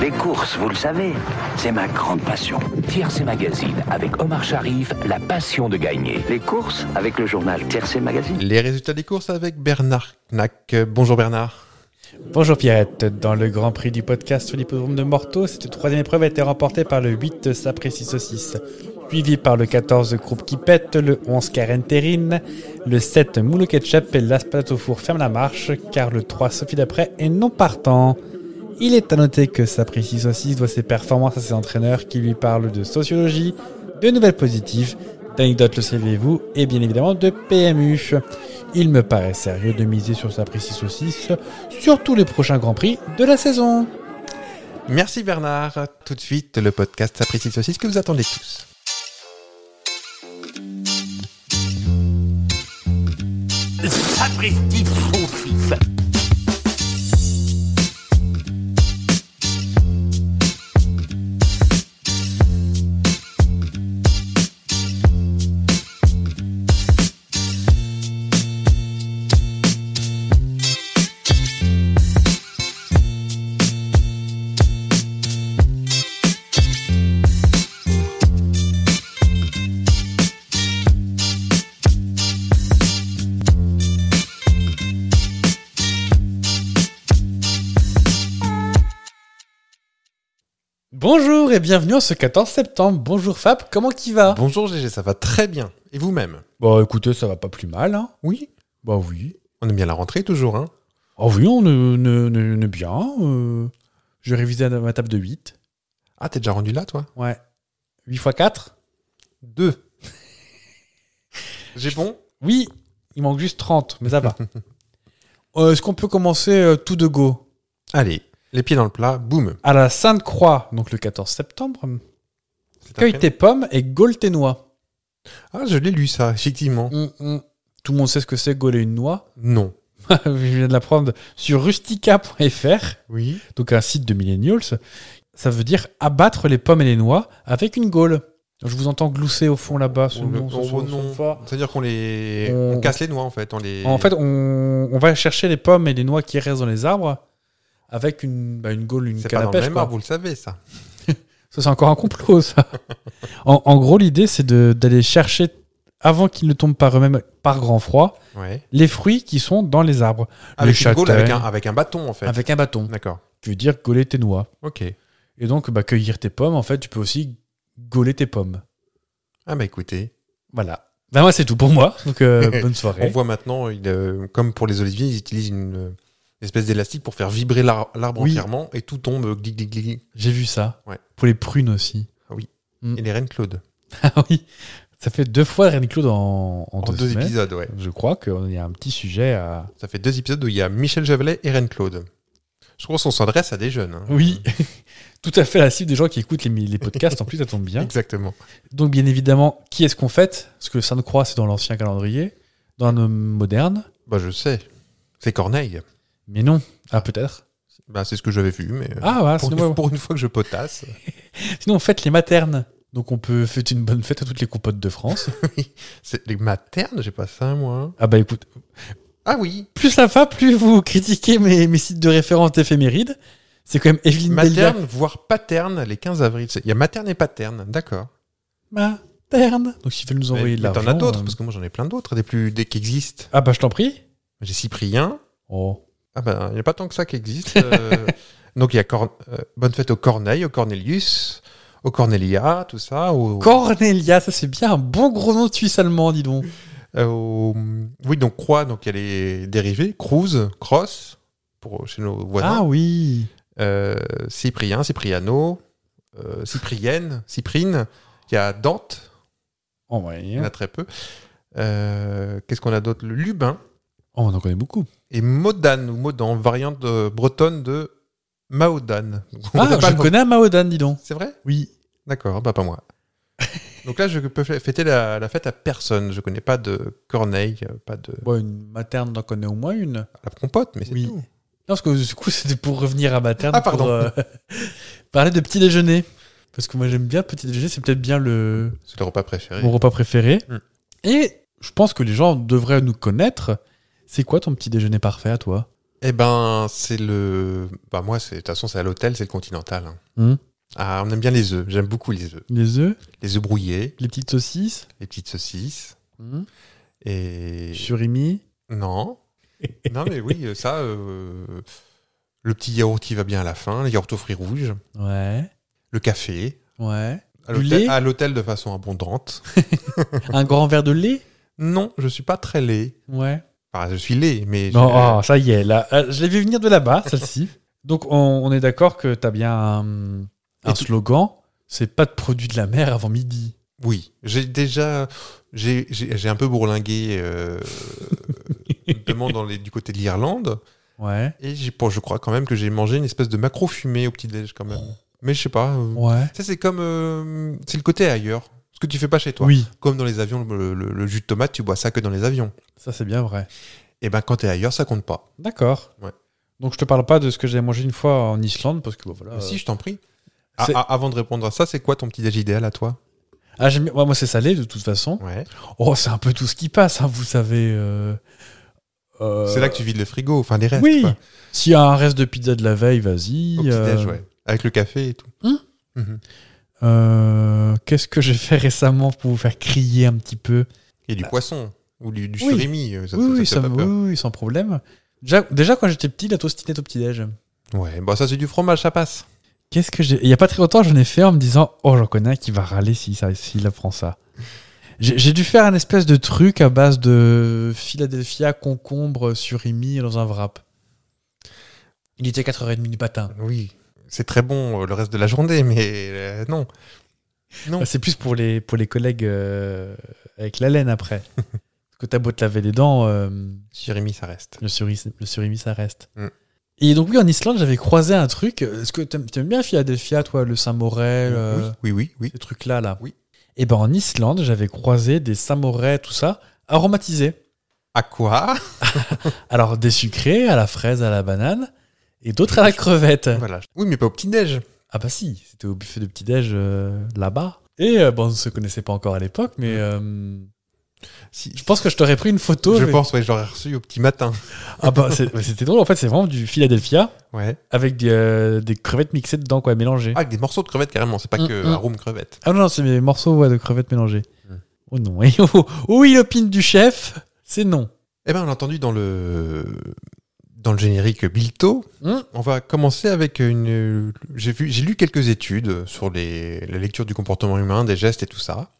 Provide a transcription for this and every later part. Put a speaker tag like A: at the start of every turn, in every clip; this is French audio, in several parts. A: Les courses, vous le savez, c'est ma grande passion.
B: Tiercé Magazine avec Omar Sharif, la passion de gagner.
A: Les courses avec le journal Tiercé Magazine.
C: Les résultats des courses avec Bernard Knack. Bonjour Bernard.
D: Bonjour Pierrette, dans le Grand Prix du podcast sur l'hippodrome de Morteau, cette troisième épreuve a été remportée par le 8 Sapressi Saucisse, suivi par le 14 Groupe qui pète, le 11 Karen Terrine, le 7 Moule Ketchup et l'Aspalat au four ferme la marche, car le 3 Sophie d'après est non partant. Il est à noter que Sapressi Saucisse doit ses performances à ses entraîneurs qui lui parlent de sociologie, de nouvelles positives, d'anecdotes le savez-vous, et bien évidemment de PMU. Il me paraît sérieux de miser sur sa précise saucisse, surtout les prochains Grands Prix de la saison.
C: Merci Bernard. Tout de suite, le podcast Sapristi Saucisse que vous attendez tous.
E: Sapristi Saucisse
D: Bonjour et bienvenue en ce 14 septembre. Bonjour Fab, comment qui va
C: Bonjour GG, ça va très bien. Et vous-même
D: Bah écoutez, ça va pas plus mal, hein
C: Oui.
D: Bah oui.
C: On aime bien la rentrée toujours, hein
D: Ah oui, on est, on est- on est- on est bien. euh, J'ai révisé ma table de 8.
C: Ah, t'es déjà rendu là, toi
D: Ouais. 8 x 4
C: Deux. J'ai bon
D: Oui, il manque juste 30, mais ça va. Euh, Est-ce qu'on peut commencer euh, tout de go
C: Allez, les pieds dans le plat, boum.
D: à la Sainte-Croix, donc le 14 septembre,
C: C'est un
D: cueille
C: prénom.
D: tes pommes et gaule tes noix.
C: Ah, je l'ai lu ça, effectivement.
D: Mm, Tout le monde sait ce que c'est gauler une noix.
C: Non.
D: Je viens de l'apprendre sur rustica.fr,
C: Oui.
D: donc un site de millennials. Ça veut dire abattre les pommes et les noix avec une gaule. Je vous entends glousser au fond là-bas. ce
C: Oh,
D: nom,
C: le-
D: ce
C: oh,
D: son,
C: non.
D: ce fa.
C: C'est-à-dire qu'on les...
D: On-
C: on casse les noix, en fait. On les...
D: En fait, on, on va chercher les pommes et les noix qui restent dans les arbres avec une, bah, une gaule, une
C: c'est
D: canne
C: pas
D: à
C: dans le
D: pêche.
C: même
D: quoi.
C: arbre, vous le savez, ça.
D: Ça, c'est encore un complot, ça. en, en gros, l'idée, c'est de- d'aller chercher, avant qu'ils ne tombent par eux-mêmes, par grand froid,
C: Ouais.
D: les fruits qui sont dans les arbres.
C: Avec une gaule, avec
D: châtaignes,
C: un, avec un bâton, en fait.
D: avec un bâton.
C: D'accord.
D: Tu veux dire gauler tes noix.
C: Ok.
D: Et donc, bah, cueillir tes pommes, en fait, tu peux aussi gauler tes pommes.
C: Ah bah écoutez,
D: Voilà. Bah, moi, c'est tout pour moi. Donc, euh, bonne soirée.
C: on voit maintenant, il, euh, comme pour les oliviers, ils utilisent une euh, espèce d'élastique pour faire vibrer l'ar- l'arbre
D: Oui.
C: entièrement et tout tombe euh, glic glic glic, glic.
D: J'ai vu ça.
C: Ouais.
D: Pour les prunes aussi.
C: Et les reines Claude.
D: ah oui. Ça fait deux fois Reine Claude en, en
C: En
D: deux,
C: deux,
D: semaines.
C: épisodes, ouais.
D: Je crois qu'on y a un petit sujet à.
C: Ça fait deux épisodes où il y a Michel Javelet et reine Claude. Je crois qu'on s'adresse à des jeunes. hein.
D: Oui. Tout à fait la cible des gens qui écoutent les, mi- les podcasts. En plus, ça tombe bien.
C: Exactement.
D: Donc, bien évidemment, qui est-ce qu'on fête Parce que Sainte-Croix, c'est dans l'ancien calendrier, dans le moderne.
C: Bah je sais. C'est Corneille.
D: Mais non. Ah, peut-être.
C: Bah c'est ce que j'avais vu, mais euh,
D: Ah, voilà,
C: pour,
D: sinon,
C: une,
D: ouais.
C: pour une fois que je potasse.
D: Sinon, on fête les maternes. Donc, on peut fêter une bonne fête à toutes les compotes de France.
C: C'est les maternes, j'ai pas ça moi.
D: ah, bah écoute,
C: Ah oui.
D: plus ça va, plus vous critiquez mes, mes sites de référence d'éphémérides. C'est quand même Evelyne Delia.
C: Materne, voire paterne, les 15 avril. C'est- Il y a materne et paterne, d'accord.
D: Materne. Donc, s'ils veulent nous
C: Mais
D: envoyer de
C: mais
D: l'argent.
C: t'en as d'autres,
D: euh,
C: parce que moi j'en ai plein d'autres, des plus des qui existent.
D: Ah, bah, je t'en prie.
C: J'ai Cyprien.
D: Oh.
C: Ah ben, il n'y a pas tant que ça qui existe. euh, donc il y a Corn- euh, Bonne Fête au Corneille, au Cornelius, au Cornelia, tout ça. Au,
D: Cornelia, ça c'est bien un bon gros nom de Suisse allemand, dis donc.
C: euh, au- oui, donc Croix, donc il y a les dérivés. Cruz, Cross, pour, chez nos
D: Ah
C: voisins.
D: oui.
C: Euh, Cyprien, Cypriano, euh, Cyprienne, Cyprine. Il y a Dante,
D: Oh, ouais.
C: il y en a très peu. Euh, Qu'est-ce qu'on a d'autre Le Lubin.
D: Oh, on en connaît beaucoup.
C: et Modane ou Modan, variante euh, bretonne de Maodan. On
D: Ah,
C: n'a pas
D: je
C: le-
D: connais un Maodan, dis donc.
C: C'est vrai
D: Oui.
C: D'accord, bah pas moi. Donc là, je peux fêter la, la fête à personne. Je connais pas de corneille, euh, pas de
D: Bon, une materne, t'en connais au moins une. Non,
C: la compote, mais c'est
D: Oui.
C: tout.
D: parce que du coup, c'était pour revenir à materne,
C: Ah,
D: pour
C: pardon.
D: euh, parler de petit déjeuner. Parce que moi, j'aime bien le petit déjeuner, c'est peut-être bien le,
C: C'est le repas préféré.
D: mon repas préféré.
C: Mm.
D: Et je pense que les gens devraient nous connaître. C'est quoi ton petit déjeuner parfait à toi
C: Eh ben, c'est le. Bah, moi, c'est- de toute façon, c'est à l'hôtel, c'est le continental. hein.
D: Hum.
C: Ah, on aime bien les œufs. J'aime beaucoup les œufs.
D: Les œufs,
C: Les œufs brouillés,
D: les petites saucisses,
C: les petites saucisses.
D: hum,
C: Et.
D: surimi.
C: Non. non, mais oui, euh, ça. euh, Le petit yaourt qui va bien à la fin, le yaourt aux fruits rouges,
D: Ouais,
C: le café.
D: ouais.
C: À
D: Du
C: l'hôtel-
D: lait
C: à l'hôtel de façon abondante.
D: Un grand verre de lait
C: Non, je suis pas très laid.
D: Ouais.
C: Enfin, je suis laid, mais.
D: Non,
C: je-
D: oh, ça y est, là, euh, je l'ai vu venir de là-bas, celle-ci. Donc, on, on est d'accord que t'as bien un, un
C: Et tu-
D: slogan, c'est pas de produits de la mer avant midi.
C: euh, Oui, j'ai déjà. J'ai j'ai- j'ai un peu bourlingué, euh, notamment dans les, du côté de l'Irlande.
D: Ouais,
C: Et j'ai- bon, je crois quand même que j'ai mangé une espèce de macro fumée au petit-déj quand même. Mais je sais pas. euh,
D: ouais.
C: Ça, c'est comme. euh, c'est le côté ailleurs. Ce que tu fais pas chez toi.
D: Oui,
C: Comme dans les avions, le, le- le jus de tomate, tu bois ça que dans les avions.
D: ça c'est bien vrai.
C: Et ben quand t'es ailleurs, ça compte pas.
D: D'accord.
C: Ouais.
D: Donc, je te parle pas de ce que j'ai mangé une fois en Islande, parce que bon, voilà.
C: Si,
D: euh,
C: je t'en prie. Ah,
D: c'est-
C: ah, avant de répondre à ça, c'est quoi ton petit-déj idéal à toi
D: Ah, j'aime bien- ouais, moi, c'est salé de toute façon.
C: Ouais.
D: Oh, c'est un peu tout ce qui passe, hein, vous savez. euh, euh,
C: C'est là que tu vides le frigo, enfin les restes.
D: Oui.
C: quoi.
D: S'il y a un reste de pizza de la veille, vas-y.
C: Au petit-déj,
D: euh,
C: ouais. Avec le café et tout.
D: Hum.
C: Mhm.
D: euh, Qu'est-ce que j'ai fait récemment pour vous faire crier un petit peu
C: Et du poisson. Ou du, du
D: Bah. oui.
C: surimi. euh, Ça,
D: oui, oui,
C: ça, te fait
D: ça-
C: pas peur.
D: oui, oui, sans problème. Déjà, déjà, quand j'étais petit, la tostinette au petit-déj.
C: Ouais, bah ça c'est du fromage, ça passe.
D: Qu'est-ce que j'ai. Il n'y a pas très longtemps, j'en ai fait en me disant Oh, j'en connais un qui va râler s'il ça- s'il apprend ça. J'ai j'ai dû faire un espèce de truc à base de Philadelphia, concombre, surimi dans un wrap. Il était 4h30 du matin.
C: Oui. C'est très bon euh, le reste de la journée, mais euh, non.
D: Bah, c'est plus pour les, pour les collègues euh, avec la laine après. Parce que t'as beau te laver les dents, euh,
C: Surimi, ça reste.
D: le, surimi, le surimi, ça reste.
C: Mm.
D: Et donc, oui, en Islande, j'avais croisé un truc. Est-ce que t'aimes t'aimes bien Philadelphia, toi, le Saint-Morel, euh,
C: Oui, oui, oui.
D: ces trucs-là, là
C: Oui.
D: Et ben en Islande, j'avais croisé des Saint-Morel, tout ça, aromatisés.
C: À quoi
D: Alors, des sucrés, à la fraise, à la banane, et d'autres à la crevette.
C: Voilà. Oui, mais pas au petit-déj.
D: Ah bah si, c'était au buffet de petit-déj euh, là-bas. Et euh, bon, on ne se connaissait pas encore à l'époque, mais... euh,
C: Si-
D: Je pense que je t'aurais pris une photo.
C: Je
D: mais-
C: pense, ouais, je l'aurais reçu au petit matin.
D: Ah bah, c'est- mais c'était drôle. En fait, c'est vraiment du Philadelphia
C: Ouais.
D: avec des, euh, des crevettes mixées dedans, quoi, mélangées.
C: Ah, avec des morceaux de crevettes carrément, c'est pas
D: Mm,
C: que
D: mm.
C: un room crevette.
D: Ah non, non, c'est des morceaux ouais, de crevettes mélangées.
C: Hmm.
D: Oh non. Et oh, oh, il opine du chef, c'est non.
C: Eh ben, on l'a entendu dans le dans le générique Bilto.
D: Hmm.
C: On va commencer avec une. J'ai vu, j'ai lu quelques études sur les la lecture du comportement humain, des gestes et tout ça.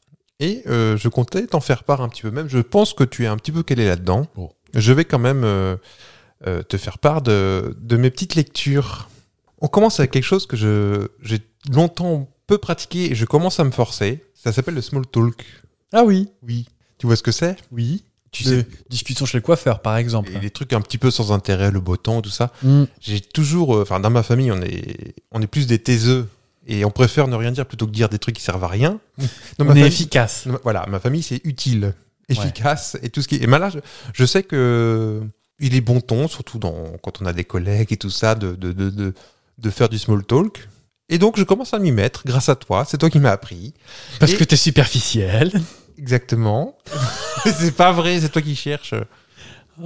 C: Et euh, je comptais t'en faire part un petit peu même. Je pense que tu es un petit peu calé là-dedans.
D: Oh.
C: Je vais quand même euh, euh, te faire part de, de mes petites lectures. On commence avec quelque chose que je j'ai longtemps peu pratiqué et je commence à me forcer. Ça s'appelle le small talk.
D: Ah oui,
C: Oui. Tu vois ce que c'est
D: oui.
C: Tu
D: De- Discussion chez le coiffeur, par exemple.
C: et des trucs un petit peu sans intérêt, le beau temps, tout ça.
D: Hmm.
C: J'ai toujours, euh, enfin, dans ma famille, on est, on est plus des taiseux et on préfère ne rien dire plutôt que dire des trucs qui servent à rien. Dans ma
D: On est
C: famille-
D: efficace.
C: dans ma- voilà, ma famille, c'est utile, efficace et tout ce qui. Et ben là, je, je sais que il est bon ton, surtout dans, quand on a des collègues et tout ça, de, de, de, de, de faire du small talk. Et donc, je commence à m'y mettre grâce à toi. C'est toi qui m'as appris.
D: Parce
C: Et-
D: que t'es superficiel.
C: Exactement. c'est pas vrai, c'est toi qui cherches.
D: Ah,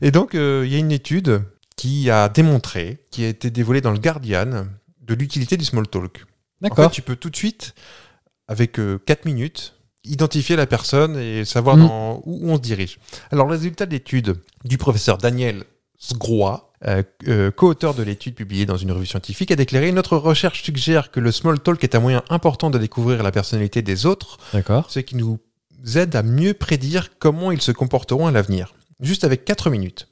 C: Et donc, euh, il y a une étude qui a démontré, qui a été dévoilée dans le Guardian, de l'utilité du small talk. En fait,
D: D'accord.
C: tu peux tout de suite, avec 4 minutes, identifier la personne et savoir
D: Mm.
C: dans- où, où on se dirige. Alors, le résultat de l'étude du professeur Daniel Sgroa, euh, euh, co-auteur de l'étude publiée dans une revue scientifique, a déclaré Notre recherche suggère que le small talk est un moyen important de découvrir la personnalité des autres
D: D'accord.
C: ce qui nous aide à mieux prédire comment ils se comporteront à l'avenir, juste avec 4 minutes.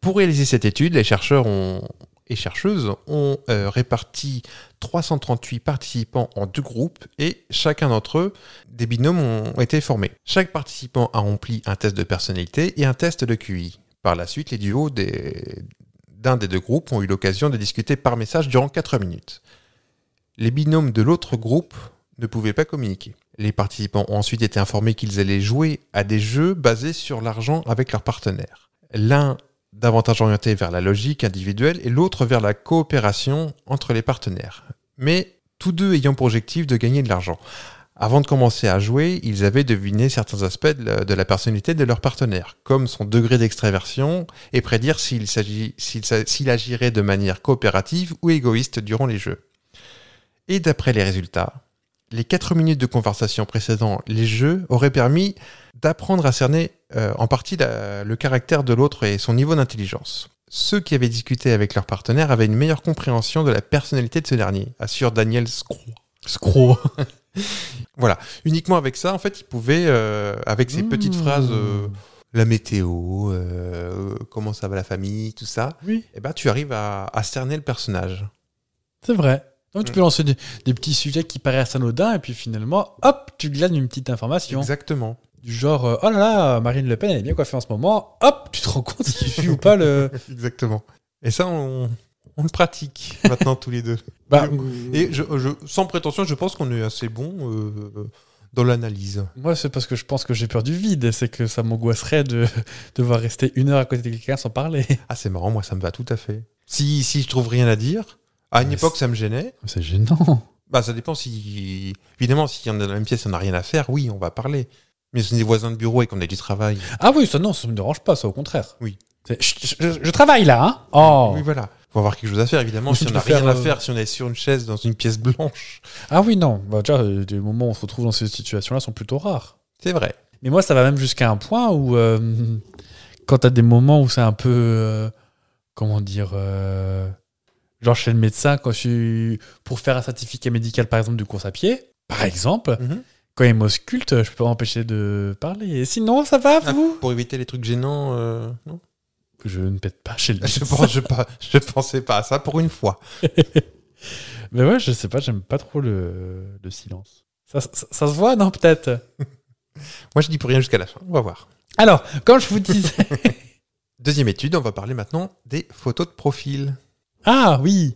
C: Pour réaliser cette étude, les chercheurs ont- et chercheuses ont euh, réparti 338 participants en deux groupes et chacun d'entre eux, des binômes ont été formés. Chaque participant a rempli un test de personnalité et un test de QI. Par la suite, les duos des- d'un des deux groupes ont eu l'occasion de discuter par message durant 4 minutes. Les binômes de l'autre groupe ne pouvaient pas communiquer. Les participants ont ensuite été informés qu'ils allaient jouer à des jeux basés sur l'argent avec leurs partenaires. L'un davantage orienté vers la logique individuelle et l'autre vers la coopération entre les partenaires. Mais tous deux ayant pour objectif de gagner de l'argent. Avant de commencer à jouer, ils avaient deviné certains aspects de la, de la personnalité de leur partenaire, comme son degré d'extraversion, et prédire s'il s'agit- s'il s'a- s'il agirait de manière coopérative ou égoïste durant les jeux. Et d'après les résultats, les 4 minutes de conversation précédant les jeux auraient permis d'apprendre à cerner euh, en partie la- le caractère de l'autre et son niveau d'intelligence. Ceux qui avaient discuté avec leur partenaire avaient une meilleure compréhension de la personnalité de ce dernier, assure Daniel Scro. Scro. voilà. Uniquement avec ça, en fait, ils pouvaient, euh, avec ces petites phrases, euh, la météo, euh, comment ça va la famille, tout ça,
D: Oui,
C: eh ben, tu arrives à, à cerner le personnage.
D: c'est vrai. Donc, tu peux lancer des, des petits sujets qui paraissent anodins et puis finalement, hop, tu glanes une petite information.
C: Exactement.
D: Du genre, euh, oh là là, Marine Le Pen, elle est bien coiffée en ce moment. Hop, tu te rends compte si tu joues ou pas le.
C: Exactement. Et ça, on, on le pratique maintenant tous les deux.
D: Bah,
C: Et je, je- sans prétention, je pense qu'on est assez bon euh, dans l'analyse.
D: Moi, c'est parce que je pense que j'ai peur du vide. C'est que ça m'angoisserait de devoir rester une heure à côté de quelqu'un sans parler.
C: Ah, c'est marrant, moi, ça me va tout à fait. Si, si je trouve rien à dire, à une
D: Mais
C: époque, ça me gênait.
D: C'est gênant.
C: Bah, ça dépend si. Évidemment, si on est dans la même pièce, on n'a rien à faire, oui, on va parler. Mais si on est voisins de bureau et qu'on a du travail.
D: Ah oui, ça non, ça me dérange pas, ça au contraire.
C: Oui.
D: C'est- Je, je- je travaille là, hein Oh
C: Oui, voilà. Faut avoir quelque chose à faire, évidemment.
D: Ou
C: Si
D: si
C: on
D: tu
C: n'a
D: peux
C: rien
D: faire,
C: à
D: euh,
C: faire, si on est sur une chaise dans une pièce blanche.
D: Ah oui, non. Bah, déjà, euh, des moments où on se retrouve dans ces situations-là sont plutôt rares.
C: C'est vrai.
D: Mais moi, ça va même jusqu'à un point où, euh, quand t'as des moments où c'est un peu. euh, comment dire. euh, genre chez le médecin, quand je suis. Pour faire un certificat médical, par exemple, de course à pied, par exemple,
C: Mhm.
D: quand il m'ausculte, je peux pas m'empêcher de parler. Et sinon, ça va,
C: Ah,
D: vous
C: pour éviter les trucs gênants, euh, non
D: Je ne pète pas chez le
C: je,
D: médecin.
C: pense- je pas- je pensais pas à ça pour une fois.
D: Mais ouais, je sais pas, j'aime pas trop le, le silence. Ça, ça- ça se voit, non, peut-être
C: Moi, je dis pour rien jusqu'à la fin. On va voir.
D: Alors, comme je vous disais.
C: Deuxième étude, on va parler maintenant des photos de profil.
D: ah oui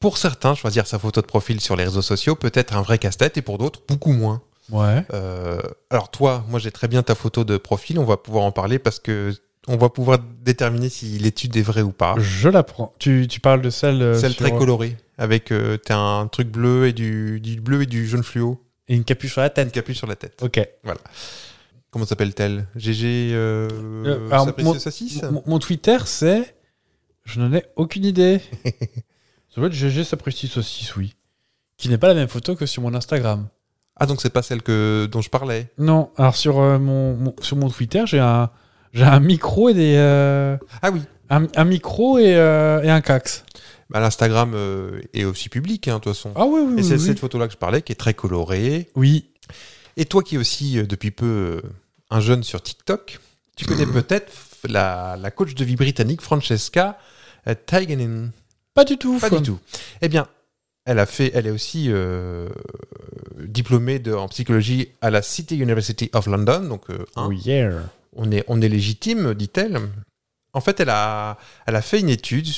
C: Pour certains, choisir sa photo de profil sur les réseaux sociaux peut être un vrai casse-tête et pour d'autres, beaucoup moins.
D: Ouais.
C: Euh, alors toi, moi j'ai très bien ta photo de profil, on va pouvoir en parler parce que on va pouvoir déterminer si l'étude est vraie ou pas.
D: Je la prends. Tu, tu parles de Ah. celle. euh,
C: Celle
D: sur-
C: très colorée, avec euh, t'as un truc bleu et du, du bleu et du jaune fluo,
D: Et une capuche sur la
C: une
D: tête.
C: capuche sur la tête.
D: Ok.
C: Comment s'appelle-t-elle GG euh,
D: Euh, alors,
C: Sapristi
D: moi-
C: saucisse
D: Mon, mon Twitter, c'est. Je n'en ai aucune idée. Ça doit être GG Sapristi Saucisse, oui. Qui n'est pas la même photo que sur mon Instagram.
C: Ah donc c'est pas celle que dont je parlais.
D: Non, alors sur, euh, mon, mon- sur mon Twitter, j'ai un, j'ai un micro et des. euh,
C: Ah oui.
D: un, un micro et, euh, et un cax.
C: Bah, l'Instagram euh, est aussi public hein, de toute façon.
D: Ah oui, oui,
C: Et
D: oui.
C: c'est
D: oui.
C: cette photo-là que je parlais, qui est très colorée.
D: Oui.
C: Et toi qui es aussi, euh, depuis peu, euh, un jeune sur TikTok, tu connais peut-être f- la, la coach de vie britannique Francesca euh, Teigenin.
D: Pas du tout.
C: Pas du tout. Eh bien, elle, a fait, elle est aussi euh, diplômée de, en psychologie à la City University of London. Donc, euh, hein,
D: Oui, yeah.
C: on, est, on est légitime, dit-elle. En fait, elle a, elle a fait une étude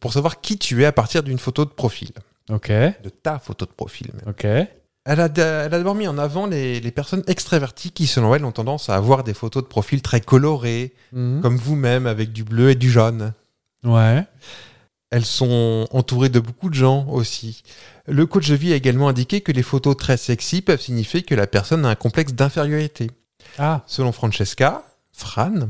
C: pour savoir qui tu es à partir d'une photo de profil,
D: Ok,
C: de ta photo de profil même.
D: ok.
C: Elle a, d'a- elle a d'abord mis en avant les, les personnes extraverties qui, selon elle, ont tendance à avoir des photos de profil très colorées,
D: Mhm.
C: comme vous-même, avec du bleu et du jaune.
D: Ouais.
C: Elles sont entourées de beaucoup de gens aussi. Le coach de vie a également indiqué que les photos très sexy peuvent signifier que la personne a un complexe d'infériorité.
D: Ah,
C: Selon Francesca, Fran,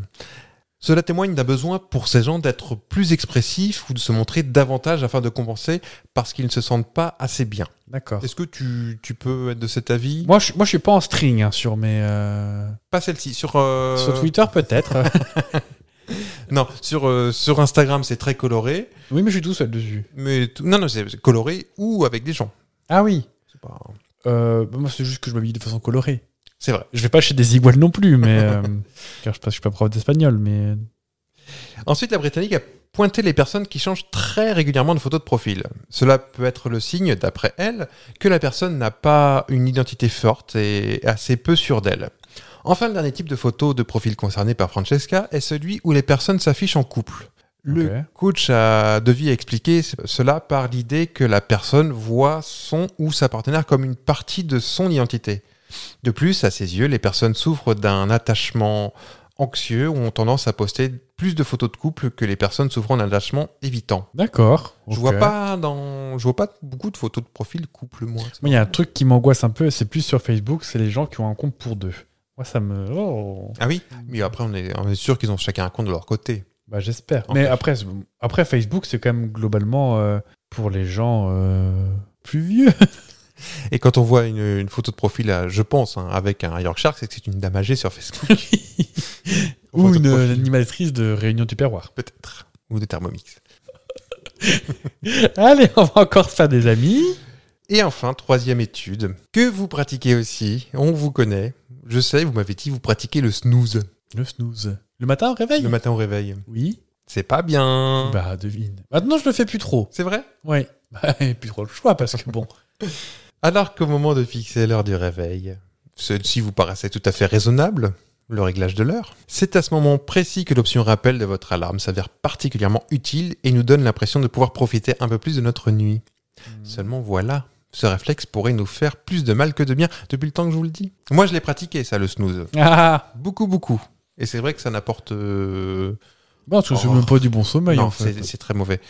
C: cela témoigne d'un besoin pour ces gens d'être plus expressifs ou de se montrer davantage afin de compenser parce qu'ils ne se sentent pas assez bien.
D: d'accord.
C: Est-ce que tu, tu peux être de cet avis
D: Moi je, moi, je suis pas en string hein, sur mes. euh,
C: Pas celle-ci, sur... euh,
D: Sur Twitter, peut-être.
C: Non, sur, euh, sur Instagram, c'est très coloré.
D: oui, mais je suis tout seul dessus.
C: Mais tout- Non, non, c'est c'est coloré ou avec des gens.
D: Ah oui.
C: C'est pas-
D: Euh, bah, moi, c'est juste que je m'habille de façon colorée.
C: C'est vrai.
D: Je vais pas chez des iguales non plus, mais. euh, car je, parce que je suis pas prof d'espagnol, mais.
C: Ensuite, la Britannique a pointé les personnes qui changent très régulièrement de photo de profil. Cela peut être le signe, d'après elle, que la personne n'a pas une identité forte et assez peu sûre d'elle. Enfin, le dernier type de photo de profil concerné par Francesca est celui où les personnes s'affichent en couple. Le
D: Ok.
C: coach a devis expliquer ce- cela par l'idée que la personne voit son ou sa partenaire comme une partie de son identité. De plus, à ses yeux, les personnes souffrent d'un attachement anxieux ont tendance à poster plus de photos de couple que les personnes souffrant d'un attachement évitant.
D: D'accord.
C: Je
D: ok.
C: vois pas dans, je vois pas beaucoup de photos de profil couple moi.
D: Moi, il y a un truc qui m'angoisse un peu, c'est plus sur Facebook, c'est les gens qui ont un compte pour deux. Moi, ça me. oh.
C: Ah oui, mais après on est, on est sûr qu'ils ont chacun un compte de leur côté.
D: Bah, j'espère.
C: En
D: Mais
C: cache.
D: après, c'est- après, Facebook, c'est quand même globalement euh, pour les gens euh, plus vieux.
C: Et quand on voit une, une photo de profil, à- je pense, hein, avec un Yorkshire, c'est que c'est une dame âgée sur Facebook En
D: Ou
C: photo de
D: une
C: profil.
D: animatrice de réunion du perroir.
C: peut-être, ou des Thermomix.
D: Allez, on va encore se faire des amis.
C: Et enfin, troisième étude, que vous pratiquez aussi, on vous connaît. Je sais, vous m'avez dit, vous pratiquez le snooze
D: Le snooze. Le matin au réveil
C: le matin au réveil.
D: Oui.
C: C'est pas bien.
D: Bah, devine. Maintenant, je le fais plus trop.
C: C'est vrai
D: Ouais. Bah, et plus trop le choix parce que bon.
C: Alors qu'au moment de fixer l'heure du réveil, celle-ci vous paraissait tout à fait raisonnable, le réglage de l'heure, c'est à ce moment précis que l'option rappel de votre alarme s'avère particulièrement utile et nous donne l'impression de pouvoir profiter un peu plus de notre nuit. Seulement voilà, ce réflexe pourrait nous faire plus de mal que de bien depuis le temps que je vous le dis. Moi je l'ai pratiqué ça, le snooze.
D: Ah
C: Beaucoup, beaucoup. Et c'est vrai que ça n'apporte... euh,
D: Bon, Bah, parce que c'est
C: Oh.
D: même pas du bon sommeil
C: non,
D: en fait.
C: c'est- c'est très mauvais.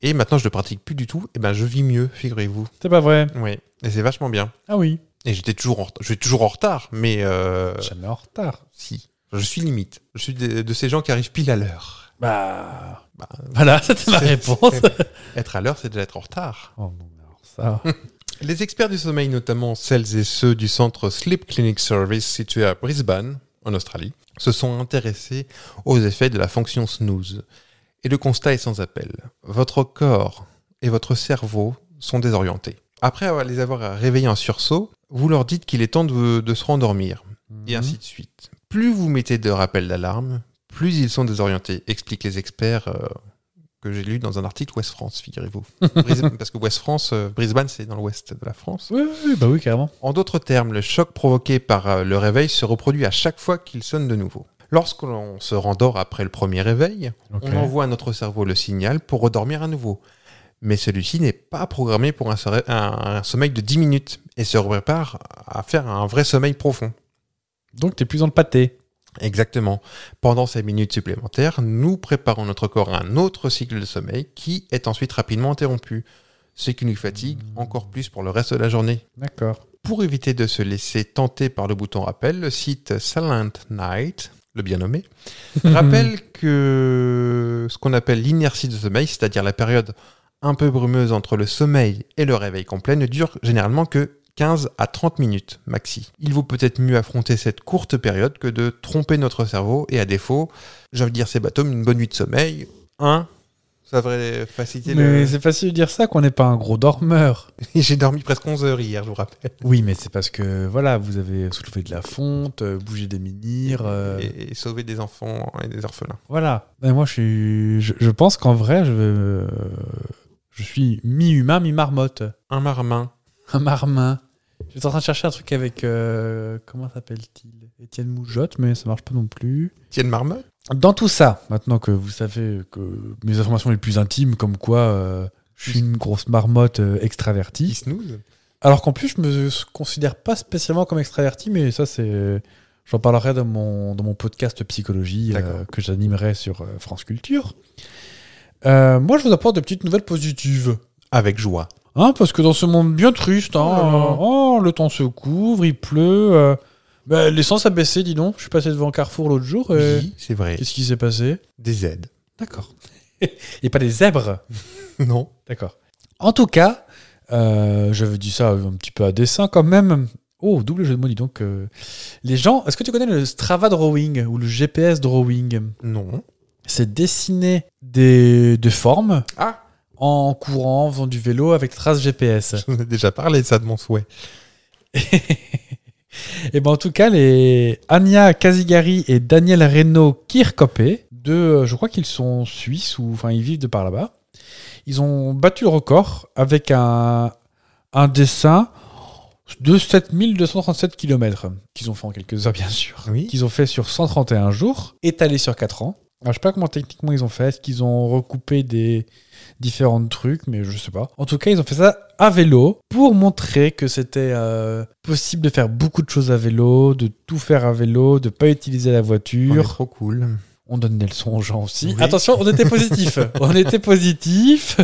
C: Et maintenant je ne le pratique plus du tout, et ben je vis mieux, figurez-vous.
D: C'est pas vrai.
C: Oui, et c'est vachement bien.
D: Ah oui.
C: Et j'étais toujours en retard. Je suis toujours en retard, mais euh,
D: Jamais en retard.
C: si. Je suis limite. Je suis de, de ces gens qui arrivent pile à l'heure.
D: Bah.
C: Bah,
D: Voilà, c'était ma
C: c'est-
D: réponse.
C: c'est- Être à l'heure, c'est déjà être en retard.
D: Oh non, alors ça.
C: Les experts du sommeil, notamment celles et ceux du centre Sleep Clinic Service situé à Brisbane, en Australie, se sont intéressés aux effets de la fonction snooze. Et le constat est sans appel. Votre corps et votre cerveau sont désorientés. Après avoir- les avoir réveillés en sursaut, vous leur dites qu'il est temps de- de se rendormir. et ainsi de suite. Plus vous mettez de rappels d'alarme, plus ils sont désorientés, expliquent les experts euh, que j'ai lu dans un article Ouest France, figurez-vous. Bris- Parce que Ouest France, euh, Brisbane, c'est dans l'ouest de la France.
D: Oui, oui, bah oui, carrément.
C: En d'autres termes, le choc provoqué par euh, le réveil se reproduit à chaque fois qu'il sonne de nouveau. Lorsque l'on se rendort après le premier réveil, on envoie à notre cerveau le signal pour redormir à nouveau. Mais celui-ci n'est pas programmé pour un, sore- un- un sommeil de 10 minutes et se prépare à faire un vrai sommeil profond.
D: Donc t'es plus dans le pâté.
C: Exactement. Pendant ces minutes supplémentaires, nous préparons notre corps à un autre cycle de sommeil qui est ensuite rapidement interrompu, ce qui nous fatigue encore plus pour le reste de la journée.
D: D'accord.
C: Pour éviter de se laisser tenter par le bouton rappel, le site Silent Night, le bien nommé,
D: Mhm.
C: rappelle que ce qu'on appelle l'inertie de sommeil, c'est-à-dire la période un peu brumeuse entre le sommeil et le réveil complet, ne dure généralement que 15 à 30 minutes maxi. Il vaut peut-être mieux affronter cette courte période que de tromper notre cerveau et à défaut, j'ai envie de dire c'est bateau, mais une bonne nuit de sommeil, hein ça devrait faciliter
D: Mais
C: le...
D: c'est facile de dire ça qu'on n'est pas un gros dormeur.
C: J'ai dormi presque 11 heures hier, je vous rappelle.
D: Oui, mais c'est parce que voilà, vous avez soulevé de la fonte, euh, bougé des menhirs. euh,
C: Et, et sauver des enfants et des orphelins.
D: Voilà. Mais moi, je suis. Je, je pense qu'en vrai, je, euh, je suis mi-humain, mi-marmotte.
C: Un marmin.
D: Un marmin. J'étais en train de chercher un truc avec. euh, comment s'appelle-t-il Étienne Moujotte, mais ça marche pas non plus.
C: Tienne marmotte
D: Dans tout ça, maintenant que vous savez que mes informations les plus intimes, comme quoi euh, je suis une grosse marmotte euh,
C: Il
D: extravertie.
C: snooze
D: Alors qu'en plus, je me considère pas spécialement comme extraverti, mais ça, c'est. J'en parlerai dans mon, dans mon podcast psychologie euh,
C: D'accord.
D: que j'animerai sur euh, France Culture. Euh, moi, je vous apporte des petites nouvelles positives.
C: Avec joie.
D: Hein, parce que dans ce monde bien triste, hein,
C: Oh là là.
D: euh, oh, le temps se couvre, il pleut. euh, bah, L'essence a baissé, dis donc. Je suis passé devant Carrefour l'autre jour. euh,
C: Oui, c'est vrai.
D: Qu'est-ce qui s'est passé
C: Des aides.
D: D'accord. Et pas des zèbres.
C: Non.
D: D'accord. En tout cas, euh, j'avais dit ça un petit peu à dessein quand même. Oh, double jeu de mots, dis donc. euh, les gens, est-ce que tu connais le Strava Drawing ou le GPS Drawing
C: Non.
D: C'est dessiner des, des formes
C: Ah.
D: en courant, en faisant du vélo avec trace GPS.
C: Je vous ai déjà parlé de ça de mon souhait.
D: Et ben en tout cas, les Anya Kazigari et Daniel Reno Kirkopé, deux, euh, je crois qu'ils sont suisses ou enfin ils vivent de par là-bas. Ils ont battu le record avec un, un dessin de 7237 km qu'ils ont fait en quelques heures bien sûr,
C: Oui.
D: qu'ils ont fait sur 131 jours, étalé sur 4 ans. Alors, je sais pas comment techniquement ils ont fait, est-ce qu'ils ont recoupé des, différents trucs, mais je sais pas. En tout cas, ils ont fait ça à vélo pour montrer que c'était euh, possible de faire beaucoup de choses à vélo, de tout faire à vélo, de pas utiliser la
C: On est
D: voiture.
C: trop cool.
D: On, donne des leçons aux gens aussi.
C: Oui.
D: Attention, on était positif. on était positif.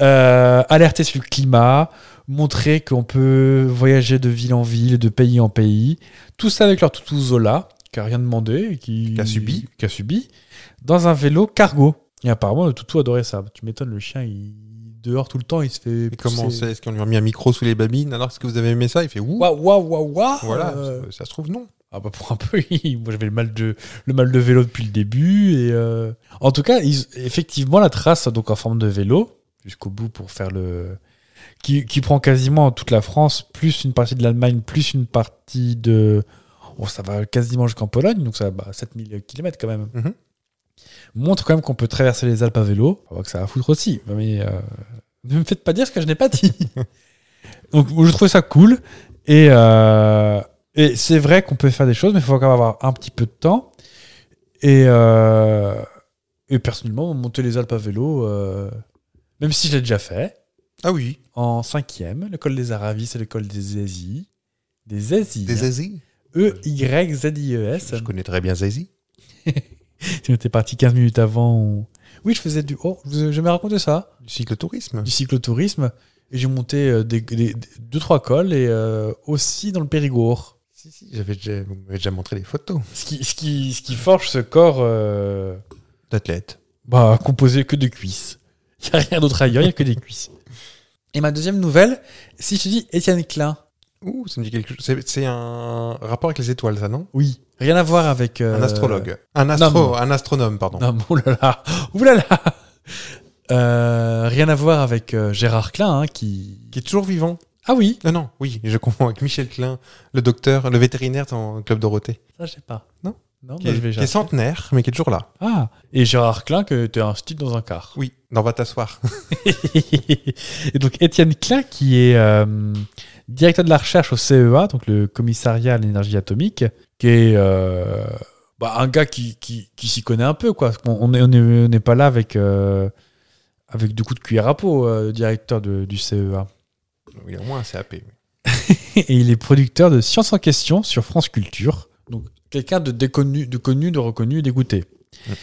D: Euh, alerter sur le climat, montrer qu'on peut voyager de ville en ville, de pays en pays. Tout ça avec leur toutou Zola, qui a rien demandé, et qui
C: Qui a subi.
D: qui a subi, dans un vélo cargo. Et apparemment, le toutou adorait ça. Tu m'étonnes, le chien, il dehors tout le temps, il se fait.
C: Et comment
D: pousser.
C: c'est Est-ce qu'on lui a mis un micro sous les babines Alors, est-ce que vous avez aimé ça Il fait ouh.
D: Waouh, waouh, waouh, waouh
C: Voilà,
D: Euh,
C: ça, ça se trouve, non.
D: Ah bah pour un peu, oui. moi j'avais le mal de le mal de vélo depuis le début et euh, en tout cas ils- effectivement la trace donc en forme de vélo jusqu'au bout pour faire le qui, qui prend quasiment toute la France plus une partie de l'Allemagne plus une partie de bon, ça va quasiment jusqu'en Pologne donc ça va bah, 7000 km quand même
C: Mhm.
D: montre quand même qu'on peut traverser les Alpes à vélo on voit que ça va foutre aussi mais euh, ne me faites pas dire ce que je n'ai pas dit donc je trouvais ça cool et euh, et c'est vrai qu'on peut faire des choses, mais il faut quand même avoir un petit peu de temps. Et, euh, et personnellement, monter les Alpes à vélo, euh, même si je l'ai déjà fait,
C: Ah oui,
D: en cinquième, le col des Aravis et le col des Aisies. Des hein. E Aisies.
C: des Zazie.
D: E-Y-Z-I-E-S.
C: Je connais très bien Zazie.
D: Tu étais parti 15 minutes avant. on- Oui, je faisais du. Oh, je vous ai jamais raconté ça.
C: Du cyclotourisme.
D: Du cyclotourisme. Et j'ai monté euh, des, des- deux, trois cols et euh, aussi dans le Périgord.
C: Si, si, j'avais déjà, vous m'avez déjà montré les photos
D: Ce qui, ce qui, ce qui forge ce corps. euh,
C: d'athlètes.
D: bah, composé que de cuisses. Il n'y a rien d'autre ailleurs, il n'y a que des cuisses. Et ma deuxième nouvelle, si je te dis Étienne Klein,
C: Ouh, ça me dit quelque chose. C'est- C'est un rapport avec les étoiles, ça, non
D: oui, rien à voir avec. euh,
C: Un astrologue. Un,
D: non,
C: astro,
D: mais-
C: un astronome, pardon.
D: Non, mais oh là là, oh là là. Euh, rien à voir avec euh, Gérard Klein, hein, qui.
C: Qui est toujours vivant.
D: Ah oui,
C: Non, non, oui, je confonds avec Michel Klein, le docteur, le vétérinaire dans le Club Dorothée.
D: ça je sais pas.
C: Non.
D: Non,
C: Qui
D: bah,
C: est,
D: je vais
C: qui est
D: chercher.
C: centenaire, mais qui est toujours là.
D: Ah, et Gérard Klein, que t'es un style dans un car.
C: Oui, dans Va t'asseoir.
D: et donc Étienne Klein, qui est euh, directeur de la recherche au CEA, donc le commissariat à l'énergie atomique, qui est euh, bah, un gars qui, qui, qui s'y connaît un peu. Quoi. On n'est on est, on est pas là avec, euh, avec deux coups de cuillère à peau, euh, le directeur de- du E CEA.
C: Oui, au moins un CAP. oui.
D: Et il est producteur de Science en question sur France Culture. Donc quelqu'un de, déconnu, de connu, de reconnu, d'écouté.
C: Ouais.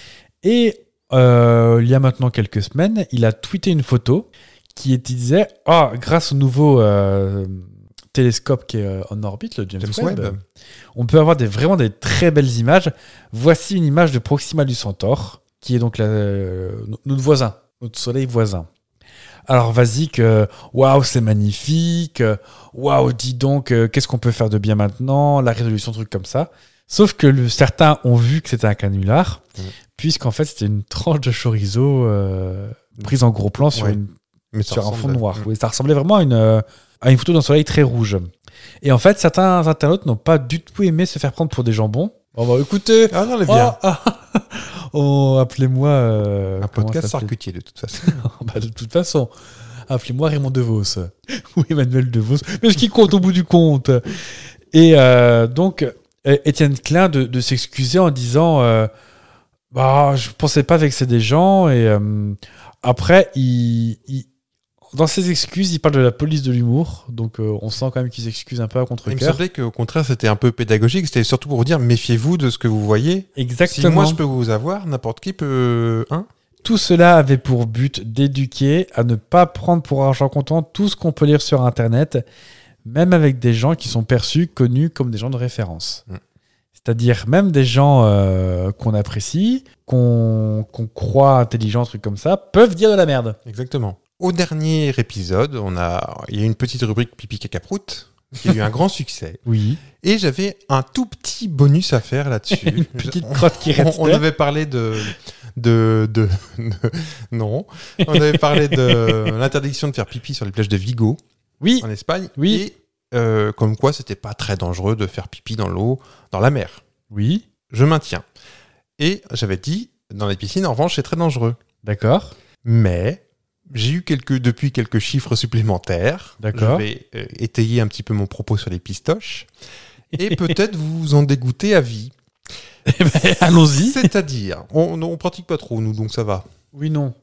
D: Et euh, il y a maintenant quelques semaines, il a tweeté une photo qui était- disait Ah, grâce au nouveau euh, télescope qui est euh, en orbite, le James,
C: James
D: Webb,
C: Webb.
D: on peut avoir des, vraiment des très belles images. Voici une image de Proxima du Centaure, qui est donc la- euh, notre voisin, notre soleil voisin. Alors vas-y que waouh c'est magnifique, euh, waouh dis donc euh, qu'est-ce qu'on peut faire de bien maintenant, la résolution truc comme ça. Sauf que le- certains ont vu que c'était un canular,
C: Mhm.
D: puisqu'en fait c'était une tranche de chorizo euh, prise en gros plan sur
C: Ouais.
D: une
C: Mais ça
D: sur un
C: ressemble
D: fond
C: à- Mm.
D: noir. Oui, ça ressemblait vraiment à une, euh, à une photo d'un soleil très rouge. Et en fait, certains internautes n'ont pas du tout aimé se faire prendre pour des jambons. bah, On va écouter.
C: Ah non, elle est bien.
D: oh, appelez-moi. euh,
C: un
D: comment
C: podcast
D: ça s'appelle
C: charcutier, de toute façon.
D: Bah, De toute façon, appelez-moi Raymond DeVos. Ou Emmanuel DeVos. Mais ce qui compte au bout du compte. Et euh, donc, euh, Étienne Klein de, de s'excuser en disant euh, bah, Je pensais pas vexer des gens. Et euh, après, il, il- dans ses excuses, il parle de la police de l'humour. Donc, euh, on sent quand même qu'il s'excuse un peu à
C: Il me
D: contre-cœur.
C: semblait qu'au contraire, c'était un peu pédagogique. C'était surtout pour vous dire méfiez-vous de ce que vous voyez. Si
D: Exactement.
C: moi je peux vous avoir, n'importe qui peut. Hein
D: Tout cela avait pour but d'éduquer à ne pas prendre pour argent comptant tout ce qu'on peut lire sur Internet, même avec des gens qui sont perçus, connus comme des gens de référence.
C: Mm.
D: C'est-à-dire même des gens euh, qu'on apprécie, qu'on qu'on croit intelligents, trucs comme ça, peuvent dire de la merde.
C: Exactement. Au dernier épisode, on a... il y a une petite rubrique pipi caca prout qui a eu un grand succès.
D: Oui.
C: Et j'avais un tout petit bonus à faire là-dessus.
D: Une
C: Je-
D: petite crotte qui
C: on,
D: restait.
C: on avait parlé de. de, de, de- non. On avait parlé de l'interdiction de faire pipi sur les plages de Vigo
D: Oui,
C: en Espagne.
D: Oui.
C: Et euh, comme quoi, c'était pas très dangereux de faire pipi dans l'eau, dans la mer.
D: oui,
C: Je maintiens. Et j'avais dit, dans les piscines, en revanche, c'est très dangereux.
D: d'accord.
C: Mais j'ai eu quelques, depuis quelques chiffres supplémentaires.
D: D'accord.
C: Je vais euh, étayer un petit peu mon propos sur les pistoches. Et peut-être vous vous en dégoûtez à vie.
D: Eh ben, Allons-y.
C: C'est-à-dire, on, on pratique pas trop, nous, donc ça va.
D: Oui, non.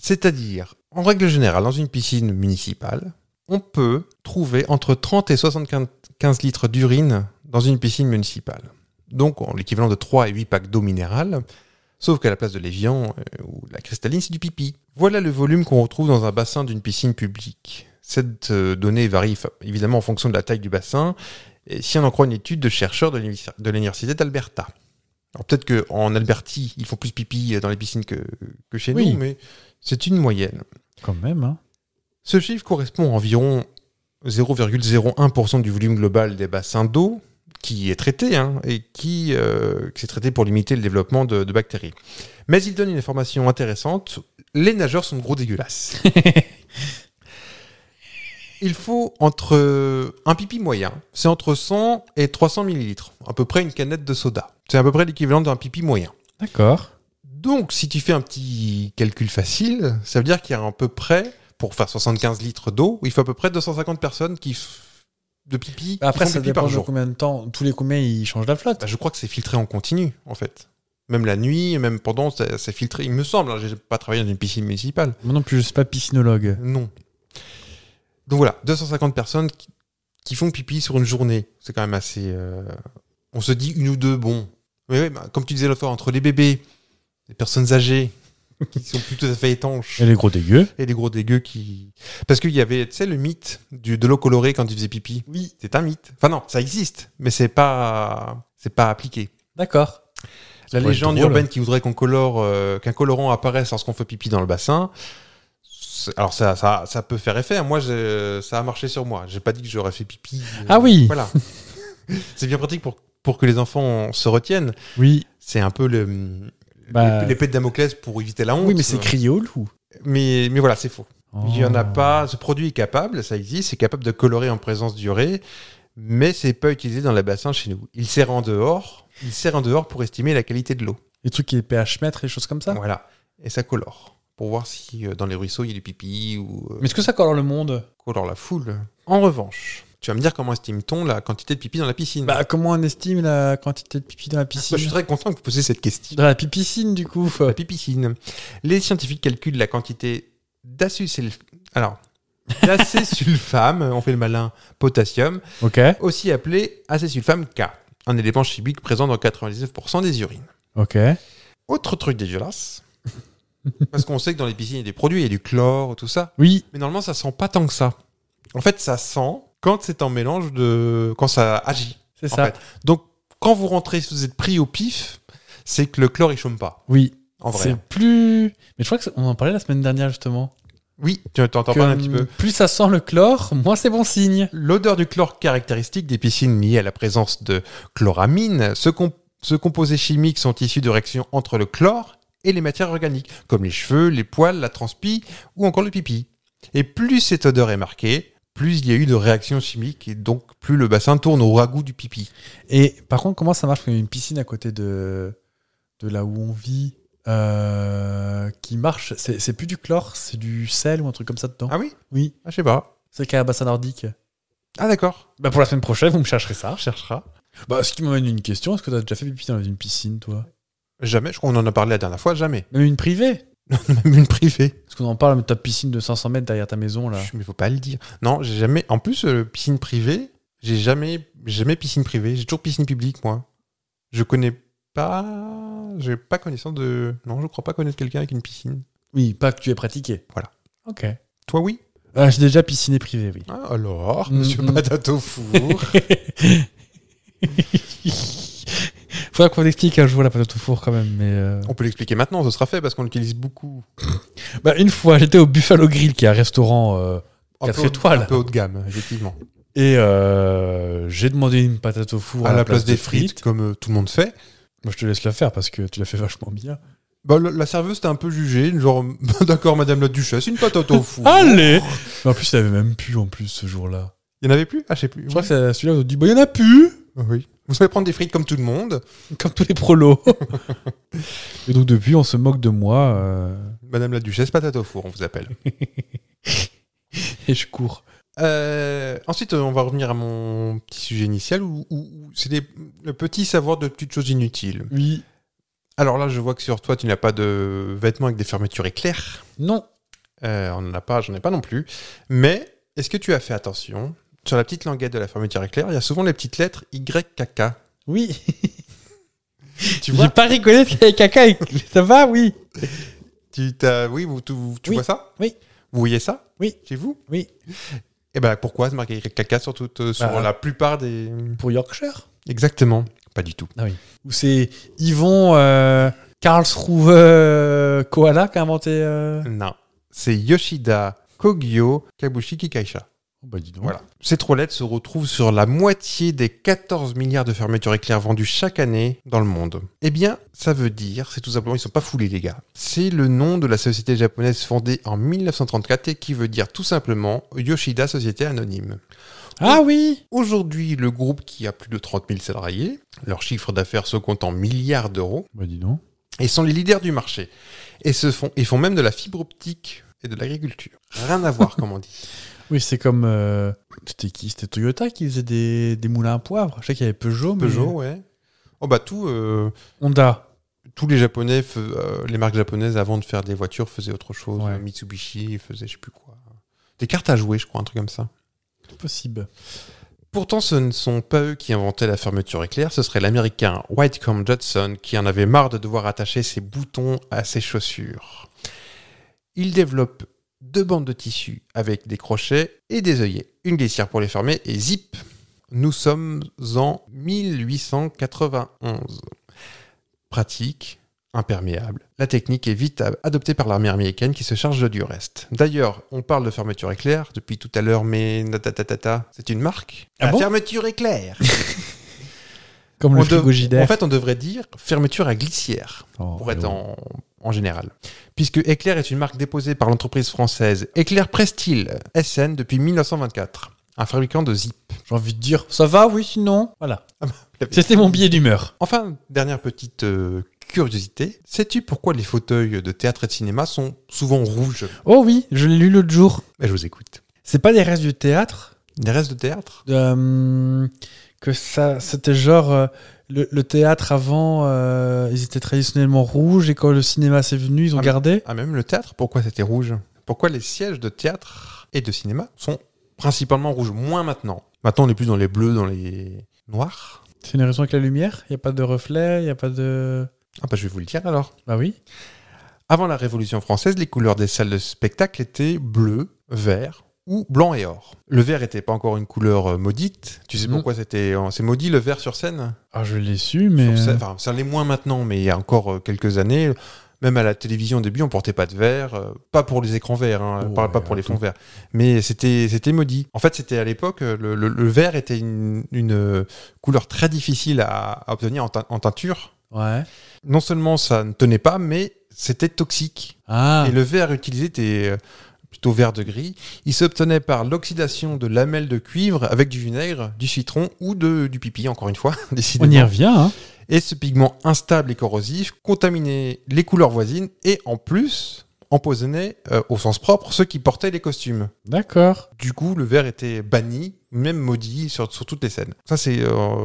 C: C'est-à-dire, en règle générale, dans une piscine municipale, on peut trouver entre 30 et 75 litres d'urine dans une piscine municipale. Donc en l'équivalent de 3 et 8 packs d'eau minérale, sauf qu'à la place de l'évian euh, ou de la cristalline, c'est du pipi. Voilà le volume qu'on retrouve dans un bassin d'une piscine publique. Cette euh, donnée varie fa- évidemment en fonction de la taille du bassin, et si on en croit une étude de chercheurs de l'univers- de l'université d'Alberta. Alors peut-être qu'en Albertie, ils font plus pipi euh, dans les piscines que, que chez
D: Oui.
C: nous, mais c'est une moyenne.
D: Quand même, hein.
C: Ce chiffre correspond à environ 0,01% du volume global des bassins d'eau qui est traité hein, et qui, euh, qui est traité pour limiter le développement de, de bactéries. Mais il donne une information intéressante. Les nageurs sont gros dégueulasses. il faut entre un pipi moyen, c'est entre 100 et 300 millilitres, à peu près une canette de soda. C'est à peu près l'équivalent d'un pipi moyen.
D: D'accord.
C: Donc, si tu fais un petit calcul facile, ça veut dire qu'il y a à peu près, pour faire 75 litres d'eau, il faut à peu près 250 personnes qui f- de pipi, qui
D: Bah, Après,
C: font
D: ça
C: pipi
D: dépend
C: par
D: de
C: jour.
D: combien de temps, tous les combien ils changent la flotte.
C: Bah, je crois que c'est filtré en continu, en fait. Même la nuit, même pendant, ça- c'est filtré. Il me semble, hein, j'ai pas travaillé dans une piscine municipale.
D: Moi non plus, je suis pas piscinologue.
C: Non. Donc voilà, 250 personnes qui, qui font pipi sur une journée. C'est quand même assez. euh, On se dit une ou deux, bon. Mais oui, bah, comme tu disais l'autre fois, entre les bébés, les personnes âgées, qui sont plus tout à fait étanches.
D: Elle est gros dégueu.
C: et les gros dégueux qui. Parce qu'il y avait, tu sais, le mythe du, de l'eau colorée quand il faisait pipi. Oui. C'est un mythe. Enfin, non, ça existe, mais c'est pas, c'est pas appliqué.
D: D'accord.
C: La
D: pourrait être
C: légende
D: drôle.
C: urbaine qui voudrait qu'on colore, euh, qu'un colorant apparaisse lorsqu'on fait pipi dans le bassin. c'est- Alors ça, ça, ça peut faire effet. Moi, j'ai- ça a marché sur moi. J'ai pas dit que j'aurais fait pipi. euh,
D: Ah oui.
C: Voilà. c'est bien pratique pour pour que les enfants se retiennent.
D: Oui.
C: C'est un peu le
D: Bah,
C: l'épée de Damoclès pour éviter la honte.
D: oui, mais c'est crié au loup.
C: Mais mais voilà, c'est faux. Il n'y en a
D: Oh.
C: pas. Ce produit est capable, ça existe, c'est capable de colorer en présence d'urée, mais c'est pas utilisé dans les bassins chez nous. Il sert en dehors, il sert en dehors pour estimer la qualité de l'eau.
D: Les trucs qui est pH mètre et des choses comme ça.
C: Voilà. Et ça colore pour voir si euh, dans les ruisseaux il y a du pipi ou euh,
D: Mais est-ce que ça colore le monde
C: colore la foule. En revanche, tu vas me dire comment estime-t-on la quantité de pipi dans la piscine
D: Bah, comment on estime la quantité de pipi dans la
C: Moi, Ah,
D: piscine
C: bah, je suis très content que vous posiez cette question.
D: Dans la pipicine, du coup.
C: La pipicine. Les scientifiques calculent la quantité d'acésulf... Alors, d'acésulfame, on fait le malin, potassium,
D: Ok.
C: aussi appelé acésulfame K, un élément chimique présent dans 99% des urines.
D: Ok.
C: Autre truc dégueulasse, parce qu'on sait que dans les piscines, il y a des produits, il y a du chlore, tout ça,
D: Oui.
C: mais normalement, ça sent pas tant que ça. En fait, ça sent quand c'est en mélange de... quand ça agit.
D: C'est
C: en
D: ça.
C: fait. Donc, quand vous rentrez, si vous êtes pris au pif, c'est que le chlore, il chôme pas,
D: Oui.
C: en vrai.
D: C'est plus. Mais je crois qu'on en parlait la semaine dernière justement.
C: Oui, tu t'entends pas un petit peu.
D: Plus ça sent le chlore, moins c'est bon signe.
C: L'odeur du chlore caractéristique des piscines liée à la présence de chloramine, ce, com- ce composé chimique sont issus de réactions entre le chlore et les matières organiques, comme les cheveux, les poils, la transpi ou encore le pipi. Et plus cette odeur est marquée, plus il y a eu de réactions chimiques et donc plus le bassin tourne au ragoût du pipi.
D: Et par contre, comment ça marche quand il y a une piscine à côté de, de là où on vit euh, qui marche C'est c'est plus du chlore, c'est du sel ou un truc comme ça dedans.
C: Ah oui
D: Oui,
C: ah, Je sais pas.
D: c'est qu'à bassin nordique.
C: Ah d'accord,
D: Bah pour la semaine prochaine, vous me chercherez ça.
C: on cherchera.
D: Bah, ce qui m'amène à une question, est-ce que t'as déjà fait pipi dans une piscine, toi
C: Jamais, je crois qu'on en a parlé la dernière fois, jamais.
D: Même une privée
C: Même une privée.
D: Parce qu'on en parle, mais ta piscine de 500 mètres derrière ta maison, là.
C: Chut, Mais faut pas le dire. Non, j'ai jamais. En plus, euh, piscine privée, j'ai jamais, jamais piscine privée. J'ai toujours piscine publique, moi. Je connais pas. J'ai pas connaissance de. Non, je crois pas connaître quelqu'un avec une piscine.
D: Oui, pas que tu aies pratiqué.
C: Voilà.
D: Ok.
C: Toi, oui.
D: Ah, J'ai déjà pisciné privé, oui.
C: Ah, alors,
D: Mm,
C: monsieur
D: mm.
C: Patate au four.
D: Faudra qu'on explique un jour la patate au four quand même, mais. euh,
C: on peut l'expliquer maintenant, ce sera fait parce qu'on l'utilise beaucoup.
D: Bah, une fois, j'étais au Buffalo Grill, qui est un restaurant, euh,
C: Un
D: Quatre
C: peu haut-
D: étoiles.
C: Un peu haut de gamme, effectivement.
D: et euh, j'ai demandé une patate au four
C: à la, place, des frites, comme euh, tout le monde fait.
D: Moi, je te laisse la faire parce que tu l'as fait vachement bien.
C: Bah, le- la serveuse t'a un peu jugé, genre, d'accord, madame la duchesse, une patate au four.
D: Allez Mais En plus, il avait même plus en plus ce jour-là.
C: Il y en avait plus Ah, je sais plus.
D: Je crois que c'est celui-là où on dit bah, il y en a plus
C: Oui. Vous savez prendre des frites comme tout le monde.
D: Comme tous les prolos. et donc, depuis, on se moque de moi euh,
C: Madame la Duchesse, patate au four, on vous appelle.
D: et je cours.
C: Euh, ensuite, euh, on va revenir à mon petit sujet initial où, où- où c'est des- le petit savoir de petites choses inutiles.
D: Oui.
C: Alors là, je vois que sur toi, tu n'as pas de vêtements avec des fermetures éclairs.
D: Non.
C: Euh, on n'en a pas, j'en ai pas non plus. Mais est-ce que tu as fait attention Sur la petite languette de la fermeture éclair, il y a souvent les petites lettres YKK.
D: Oui.
C: Tu vois,
D: J'ai pas rigolé parce qu'il y avait caca. et- Ça va, oui.
C: tu, t'as- oui, vous- tu, tu
D: Oui.
C: vois ça
D: Oui.
C: Vous voyez ça
D: Oui.
C: Chez vous
D: Oui.
C: Et ben pourquoi c'est marqué YKK sur, toute, euh, sur
D: Bah.
C: la plupart des.
D: Pour Yorkshire.
C: Exactement. Pas du tout.
D: Ou c'est Yvon euh, Karlsruhe euh, Koala qui a inventé. euh,
C: Non. C'est Yoshida Kogyo Kabushiki Kaisha.
D: Oh, bah,
C: Voilà. Ces trois lettres se retrouvent sur la moitié des 14 milliards de fermetures éclairs vendues chaque année dans le monde. Eh bien, ça veut dire, c'est tout simplement, ils sont pas foulés les gars. C'est le nom de la société japonaise fondée en 1934 et qui veut dire tout simplement Yoshida Société Anonyme.
D: Ah oui.
C: Aujourd'hui, le groupe qui a plus de 30 000 salariés, leur chiffre d'affaires se compte en milliards d'euros,
D: Bah dis donc.
C: et sont les leaders du marché. Et se font, ils font même de la fibre optique et de l'agriculture. Rien à voir, comme on dit.
D: Oui, c'est comme. euh, C'était qui C'était Toyota qui faisait des, des moulins à poivre. Je sais qu'il y avait Peugeot. mais-
C: Peugeot, ouais. Oh bah tout, euh,
D: Honda.
C: tous les japonais, fais- euh, les marques japonaises, avant de faire des voitures, faisaient autre chose.
D: Ouais.
C: Mitsubishi faisait je sais plus quoi. Des cartes à jouer, je crois, un truc comme ça.
D: Possible.
C: Pourtant, ce ne sont pas eux qui inventaient la fermeture éclair, ce serait l'américain Whitecomb Judson qui en avait marre de devoir attacher ses boutons à ses chaussures. Il développe deux bandes de tissu avec des crochets et des œillets, une glissière pour les fermer et zip. Nous sommes en 1891. Pratique, imperméable. La technique est vite a- adoptée par l'armée américaine qui se charge du reste. D'ailleurs, on parle de fermeture éclair depuis tout à l'heure, mais natatatata, c'est une marque
D: Ah
C: La
D: bon
C: fermeture éclair
D: Comme
C: On
D: le
C: dev-
D: frigo JDR.
C: En fait, on devrait dire fermeture à glissière,
D: Oh,
C: pour être
D: non.
C: en, en général. Puisque Éclair est une marque déposée par l'entreprise française Éclair Prestil, SN, depuis 1924. Un fabricant de zip.
D: J'ai envie de dire, ça va, oui, sinon. Voilà.
C: Ah bah, la-
D: C'était mon billet d'humeur.
C: Enfin, dernière petite euh, curiosité. Sais-tu pourquoi les fauteuils de théâtre et de cinéma sont souvent rouges
D: Oh oui, je l'ai lu l'autre jour.
C: Ben, Je vous écoute.
D: C'est pas des restes du théâtre
C: Des restes de théâtre
D: euh, Que ça, c'était genre euh, le, le théâtre avant, euh, ils étaient traditionnellement rouges et quand le cinéma s'est venu, ils ont
C: Ah bah.
D: gardé.
C: Ah, même le théâtre, pourquoi c'était rouge Pourquoi les sièges de théâtre et de cinéma sont principalement rouges Moins maintenant. Maintenant, on est plus dans les bleus, dans les noirs.
D: C'est une raison avec la lumière. Il y a pas de reflet, il y a pas de.
C: Ah bah je vais vous le dire alors.
D: Bah oui.
C: Avant la Révolution française, les couleurs des salles de spectacle étaient bleu, vert ou blanc et or. Le vert n'était pas encore une couleur euh, maudite. Tu sais
D: Mhm.
C: pourquoi c'était euh, c'est maudit le vert sur scène
D: Ah, je l'ai su, mais. euh,
C: Sur scène, Enfin, ça l'est moins maintenant, mais il y a encore euh, quelques années, même à la télévision au début, on portait pas de vert, euh, pas pour les écrans verts, hein,
D: Ouais,
C: pas, pas pour les fonds verts, mais c'était c'était maudit. En fait, c'était à l'époque euh, le, le- le vert était une, une, euh, couleur très difficile à, à obtenir en tein- en teinture
D: Ouais.
C: non seulement ça ne tenait pas, mais c'était toxique.
D: Ah.
C: Et le verre utilisé était euh, plutôt vert de gris. Il s'obtenait par l'oxydation de lamelles de cuivre avec du vinaigre, du citron ou de, du pipi, encore une fois,
D: On
C: décidément.
D: y revient. Hein.
C: Et ce pigment instable et corrosif contaminait les couleurs voisines et en plus empoisonnait euh, au sens propre ceux qui portaient les costumes.
D: D'accord.
C: Du coup, le verre était banni, même maudit sur, sur toutes les scènes. Ça, c'est euh,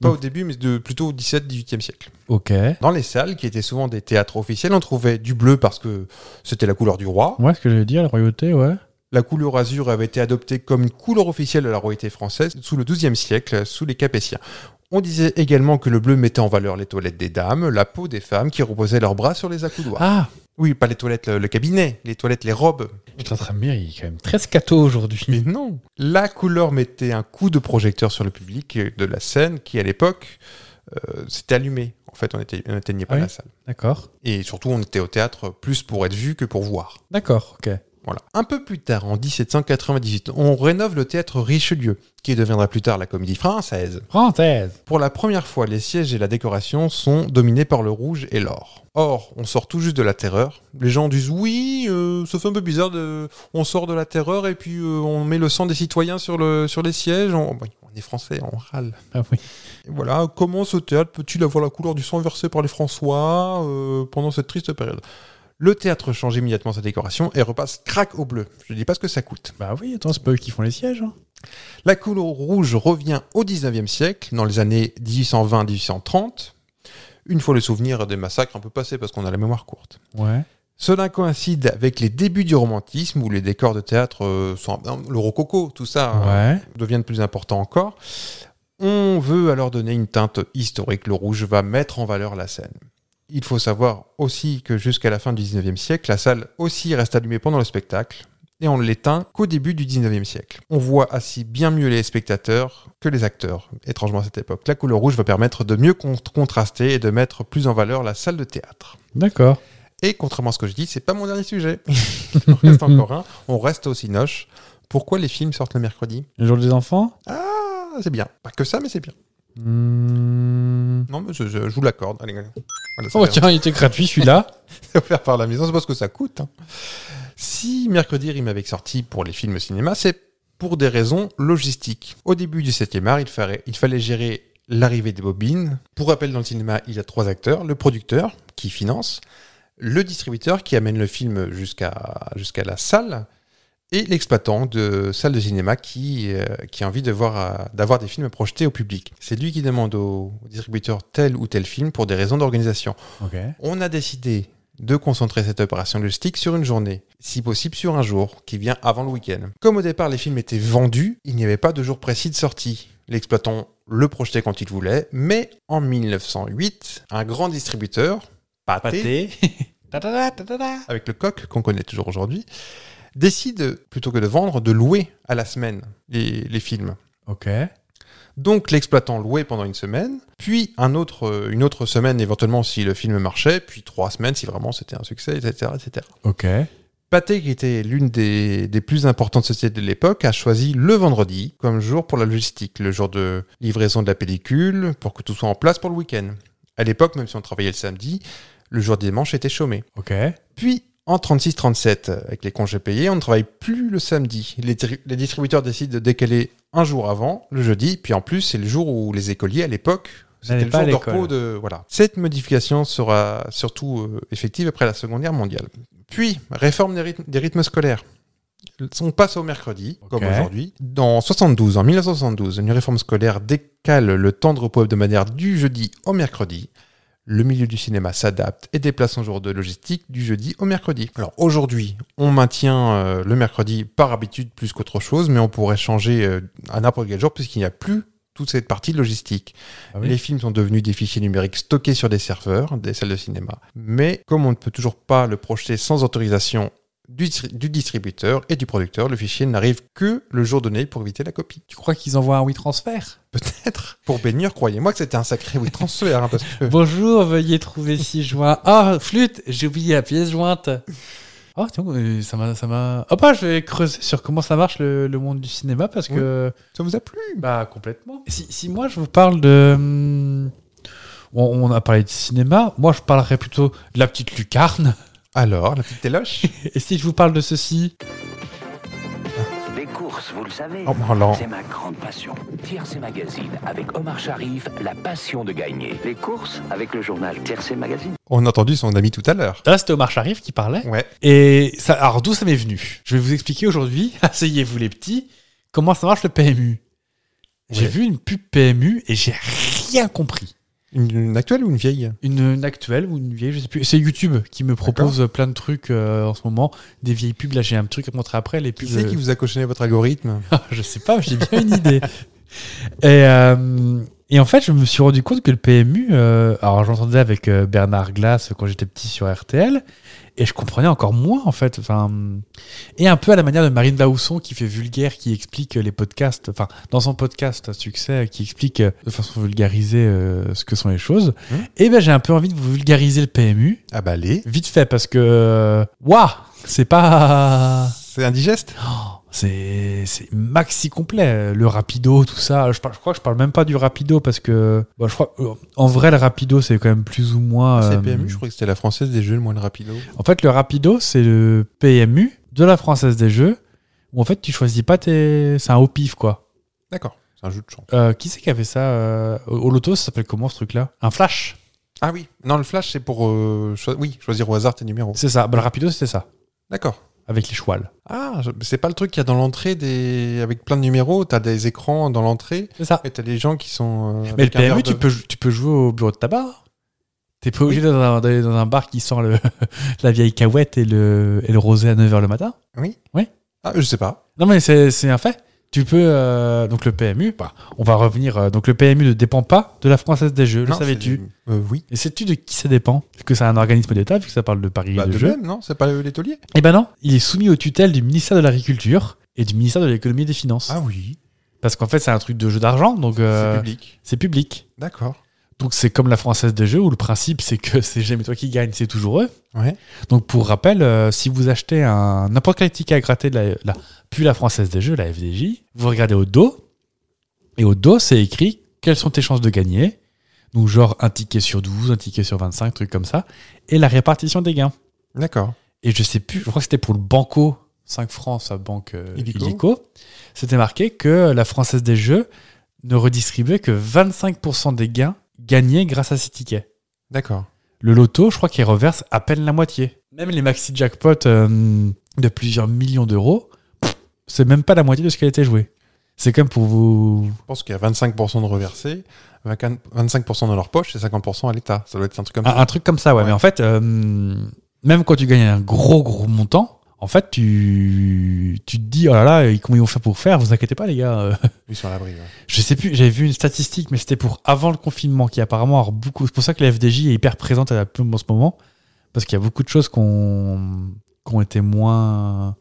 C: pas au début, mais de, plutôt au 17-18e siècle.
D: Ok. Ouais,
C: Dans les salles, qui étaient souvent des théâtres officiels, on trouvait du bleu parce que c'était la couleur du roi.
D: ce que j'allais dire, la royauté, ouais.
C: La couleur azur avait été adoptée comme une couleur officielle de la royauté française sous le XIIe siècle, sous les Capétiens. On disait également que le bleu mettait en valeur les toilettes des dames, la peau des femmes qui reposaient leurs bras sur les accoudoirs.
D: Ah.
C: Oui, pas les toilettes, le, le cabinet, les toilettes, les robes.
D: Putain, Tramir, il est quand même très scato aujourd'hui.
C: Mais non La couleur mettait un coup de projecteur sur le public de la scène qui, à l'époque, euh, s'était allumé. En fait, on était- on n'éteignait pas
D: Ah oui.
C: la salle.
D: D'accord.
C: Et surtout, on était au théâtre plus pour être vu que pour voir.
D: D'accord, ok.
C: Voilà. Un peu plus tard, en 1798, on rénove le théâtre Richelieu, qui deviendra plus tard la comédie française.
D: Parenthèse.
C: Pour la première fois, les sièges et la décoration sont dominés par le rouge et l'or. Or, on sort tout juste de la terreur. Les gens disent oui, euh, ça fait un peu bizarre, de... on sort de la terreur et puis euh, on met le sang des citoyens sur, le... sur les sièges. On... bon, on est français, on râle.
D: Ah oui.
C: Et voilà, comment ce théâtre peut-il avoir la couleur du sang versé par les François euh, pendant cette triste période Le théâtre change immédiatement sa décoration et repasse crac au bleu. Je ne dis pas ce que ça coûte.
D: Bah oui, attends, c'est pas eux qui font les sièges. Hein.
C: La couleur rouge revient au 19e siècle, dans les années 1820-1830. Une fois le souvenir des massacres un peu passé parce qu'on a la mémoire courte.
D: Ouais.
C: Cela coïncide avec les débuts du romantisme où les décors de théâtre euh, sont le rococo, tout ça hein,
D: Ouais.
C: deviennent plus importants encore. On veut alors donner une teinte historique. Le rouge va mettre en valeur la scène. Il faut savoir aussi que jusqu'à la fin du 19e siècle, la salle aussi reste allumée pendant le spectacle et on ne l'éteint qu'au début du 19e siècle. On voit ainsi bien mieux les spectateurs que les acteurs, étrangement à cette époque. La couleur rouge va permettre de mieux con- contraster et de mettre plus en valeur la salle de théâtre.
D: D'accord.
C: Et contrairement à ce que je dis, c'est pas mon dernier sujet. Il en reste encore un. On reste aussi noche. Pourquoi les films sortent le mercredi
D: Le jour des enfants
C: Ah, c'est bien. Pas que ça, mais c'est bien.
D: Hmm.
C: Non, mais je, je- je vous l'accorde. Allez, allez. Voilà, ça
D: Oh
C: va.
D: tiens, il était gratuit celui-là.
C: C'est offert par la maison, c'est parce que ça coûte. hein. Si mercredi rime avec sortie pour les films cinéma, c'est pour des raisons logistiques. Au début du 7e art, il fallait, il fallait gérer l'arrivée des bobines. Pour rappel, dans le cinéma, il y a trois acteurs. Le producteur, qui finance, le distributeur, qui amène le film jusqu'à jusqu'à la salle, et l'exploitant de salle de cinéma qui, euh, qui a envie de voir, euh, d'avoir des films projetés au public. C'est lui qui demande au distributeur tel ou tel film pour des raisons d'organisation.
D: Ok.
C: On a décidé de concentrer cette opération logistique sur une journée, si possible sur un jour, qui vient avant le week-end. Comme au départ les films étaient vendus, il n'y avait pas de jour précis de sortie. L'exploitant le projetait quand il voulait, mais en 1908, un grand distributeur, Pathé, avec le coq qu'on connaît toujours aujourd'hui, décide, plutôt que de vendre, de louer à la semaine les, les films.
D: Ok.
C: Donc l'exploitant louait pendant une semaine, puis un autre, euh, une autre semaine éventuellement si le film marchait, puis trois semaines si vraiment c'était un succès, etc. etc.
D: Ok.
C: Pathé, qui était l'une des, des plus importantes sociétés de l'époque, a choisi le vendredi comme jour pour la logistique, le jour de livraison de la pellicule, pour que tout soit en place pour le week-end. À l'époque, même si on travaillait le samedi, le jour dimanche était chômé.
D: Ok.
C: Puis, en 36-37, avec les congés payés, on ne travaille plus le samedi. Les, tri- les distributeurs décident de décaler un jour avant, le jeudi, puis en plus, c'est le jour où les écoliers, à l'époque, c'était
D: N'allez
C: le
D: pas
C: jour
D: à
C: de
D: l'école.
C: repos de... Voilà. Cette modification sera surtout euh, effective après la Seconde Guerre mondiale. Puis, réforme des rythmes, des rythmes scolaires. On passe au mercredi,
D: Ok.
C: comme aujourd'hui. Dans 72, en 1972, une réforme scolaire décale le temps de repos hebdomadaire du jeudi au mercredi. Le milieu du cinéma s'adapte et déplace son jour de logistique du jeudi au mercredi. Alors aujourd'hui, on maintient euh, le mercredi par habitude plus qu'autre chose, mais on pourrait changer euh, à n'importe quel jour puisqu'il n'y a plus toute cette partie logistique.
D: Ah oui.
C: Les films sont devenus des fichiers numériques stockés sur des serveurs, des salles de cinéma. Mais comme on ne peut toujours pas le projeter sans autorisation du, distri- du distributeur et du producteur, le fichier n'arrive que le jour donné pour éviter la copie.
D: Tu crois qu'ils envoient un WeTransfer
C: Peut-être. Pour bénir, croyez-moi que c'était un sacré oui transfert. hein, parce que...
D: Bonjour, veuillez trouver 6 joints. Ah, flûte, j'ai oublié la pièce jointe. Oh, tiens, euh, ça m'a, ça m'a. Ah bah, je vais creuser sur comment ça marche le, le monde du cinéma parce que
C: Ça vous a plu
D: bah complètement. Si, si moi je vous parle de, hum, on, on a parlé de cinéma. Moi, je parlerais plutôt de la petite lucarne.
C: Alors, la petite téloche
D: Et si je vous parle de ceci,
A: Les courses, vous le savez,
C: Oh, Marlan.
A: c'est ma grande passion.
B: Tiercé Magazine avec Omar Sharif, la passion de gagner.
A: Les courses avec le journal Tiercé Magazine.
C: On a entendu son ami tout à l'heure.
D: là c'était Omar Sharif qui parlait.
C: Ouais.
D: Et ça, alors d'où ça m'est venu Je vais vous expliquer aujourd'hui, asseyez-vous les petits, comment ça marche le PMU. J'ai
C: Ouais.
D: vu une pub PMU et j'ai rien compris.
C: Une, une actuelle ou une vieille
D: Une, une actuelle ou une vieille, je sais plus. C'est YouTube qui me propose plein de trucs euh, en ce moment. Des vieilles pubs, là j'ai un truc à te montrer après. Les
C: Qui
D: pubs, euh,
C: c'est qui vous a cochonné votre algorithme
D: Ah, je sais pas, mais j'ai bien une idée. Et, euh, et en fait, je me suis rendu compte que le PMU, euh, alors j'entendais avec euh, Bernard Glass quand j'étais petit sur RTL, et je comprenais encore moins en fait. Enfin, et un peu à la manière de Marine Laousson qui fait vulgaire, qui explique euh, les podcasts, enfin dans son podcast à succès, euh, qui explique euh, de façon vulgarisée euh, ce que sont les choses.
C: Mhm.
D: Et ben j'ai un peu envie de vous vulgariser le PMU
C: Ah bah allez.
D: vite fait parce que euh, waouh, c'est pas
C: C'est indigeste
D: Oh, c'est c'est maxi complet. Le rapido, tout ça. Je, parle- je crois que je parle même pas du rapido parce que. bon, je crois, euh, en vrai, le rapido, c'est quand même plus ou moins. euh,
C: C'est PMU, je crois que c'était la française des jeux, le moins le rapido.
D: En fait, le rapido, c'est le PMU de la Française des Jeux. Où en fait, tu choisis pas tes. C'est un haut pif, quoi.
C: D'accord, c'est un jeu de chance.
D: Euh, qui c'est qui avait ça euh, Au au loto, ça s'appelle comment ce truc-là Un flash.
C: Ah oui, non, le flash, c'est pour euh, cho- oui, choisir au hasard tes numéros.
D: C'est ça. Bah, le rapido, c'était ça.
C: D'accord.
D: Avec les chouales.
C: Ah, je- c'est pas le truc qu'il y a dans l'entrée des... avec plein de numéros, t'as des écrans dans l'entrée
D: C'est ça.
C: et t'as des gens qui sont. euh,
D: Mais le
C: avec un verre
D: PMU,
C: de-
D: tu peux, tu peux jouer au bureau de tabac. hein. T'es pas obligé d'aller dans un- d'aller dans un bar qui sent le, la vieille cahouette et le, et le rosé à 9h le matin
C: Oui.
D: Oui.
C: Ah, je sais pas.
D: Non, mais c'est c'est un fait. Tu peux. euh, donc, le PMU, bah, on va revenir. euh, donc, le PMU ne dépend pas de la Française des Jeux, le
C: Non,
D: savais-tu
C: c'est- euh, Oui.
D: Et sais-tu de qui ça dépend Vu que c'est un organisme d'État, vu que ça parle de Paris
C: Bah,
D: et de,
C: de
D: Jeux.
C: même, non C'est pas le- l'étolier
D: Eh ben non, il est soumis aux tutelles du ministère de l'Agriculture et du ministère de l'Économie et des Finances.
C: Ah oui.
D: Parce qu'en fait, c'est un truc de jeu d'argent, donc Ah euh,
C: C'est public.
D: c'est public.
C: D'accord.
D: Donc, c'est comme la Française des Jeux, où le principe, c'est que c'est jamais toi qui gagne, c'est toujours eux.
C: Ouais.
D: Donc, pour rappel, euh, si vous achetez un n'importe quel ticket à gratter, de la, la- puis la Française des Jeux, la FDJ, vous regardez au dos, et au dos, c'est écrit quelles sont tes chances de gagner. Donc, genre un ticket sur 12, un ticket sur 25, truc comme ça, et la répartition des gains.
C: D'accord.
D: Et je sais plus, je crois que c'était pour le Banco 5 francs, sa banque euh,
C: Illico.
D: illico. C'était marqué que la Française des Jeux ne redistribuait que 25% des gains gagnés grâce à ces tickets.
C: D'accord.
D: Le loto, je crois qu'il reverse à peine la moitié. Même les maxi jackpots euh, de plusieurs millions d'euros, pff, c'est même pas la moitié de ce qui a été joué. C'est comme pour vous.
C: Je pense qu'il y a 25% de reversés, 25% dans leur poche et 50% à l'État. Ça doit être un truc comme
D: Un,
C: ça.
D: un truc comme ça, ouais.
C: Ouais.
D: Mais en fait, euh, même quand tu gagnes un gros, gros montant, en fait, tu, tu te dis, oh là là, comment ils vont faire pour faire Vous inquiétez pas, les gars. euh,
C: Oui, sur l'abri. ouais.
D: Je sais plus, j'avais vu une statistique, mais c'était pour avant le confinement, qui apparemment a beaucoup. C'est pour ça que la FDJ est hyper présente à la plume en ce moment, parce qu'il y a beaucoup de choses qu'on qui ont été moins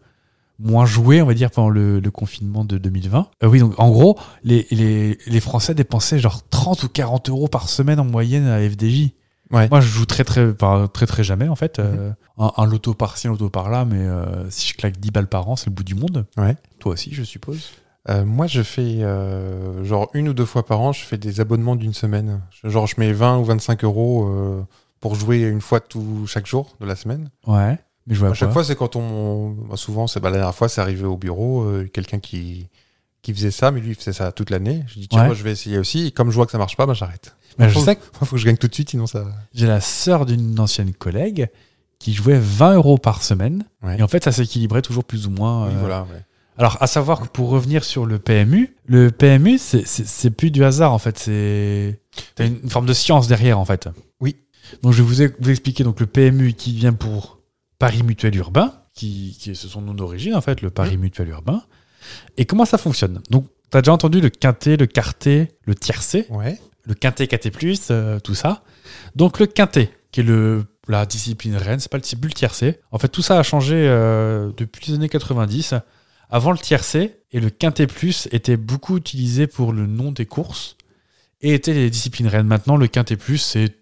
D: moins jouées, on va dire, pendant le, le confinement de 2020. Euh, oui, donc en gros, les, les, les Français dépensaient genre 30 ou 40 euros par semaine en moyenne à la FDJ.
C: Ouais. Mhm.
D: Moi, je joue très très par- très très jamais en fait. Euh, un, un loto par-ci, un loto par-là, mais euh, si je claque 10 balles par an, c'est le bout du monde.
C: Ouais.
D: Toi aussi, je suppose.
C: Euh, moi, je fais euh, genre une ou deux fois par an, je fais des abonnements d'une semaine. Je- Genre, je mets 20 ou 25 euros euh, pour jouer une fois tout chaque jour de la semaine.
D: Ouais. Mais je vois
C: à chaque
D: quoi
C: fois, c'est quand on. bah, souvent, c'est bah, la dernière fois, c'est arrivé au bureau, euh, quelqu'un qui qui faisait ça, mais lui, il faisait ça toute l'année. Je dis, tiens,
D: Ouais.
C: moi, je vais essayer aussi. Et comme je vois que ça marche pas, bah, j'arrête.
D: Mais je sais que
C: Il faut que je gagne tout de suite, sinon ça.
D: J'ai la sœur d'une ancienne collègue qui jouait 20 euros par semaine.
C: Ouais.
D: Et en fait, ça s'équilibrait toujours plus ou moins.
C: Oui,
D: euh,
C: voilà. ouais.
D: Alors, à savoir que pour revenir sur le PMU, le PMU, c'est- c'est c'est plus du hasard, en fait. C'est t'as une, une forme de science derrière, en fait.
C: Oui.
D: Donc, je vais vous, ex- vous expliquer donc, le PMU qui vient pour Paris Mutuel Urbain, qui, qui est ce son nom d'origine, en fait, le Paris
C: Mm.
D: Mutuel Urbain. Et comment ça fonctionne Donc, tu as déjà entendu le quintet, le quartet, le tiercé
C: Ouais.
D: le quintet KT+, euh, tout ça. Donc le quintet, qui est le, la discipline reine, c'est pas le type le tiercé. En fait, tout ça a changé euh, depuis les années 90. Avant le tiercé, et le quintet plus était beaucoup utilisé pour le nom des courses et étaient les disciplines reines. Maintenant, le quintet plus, c'est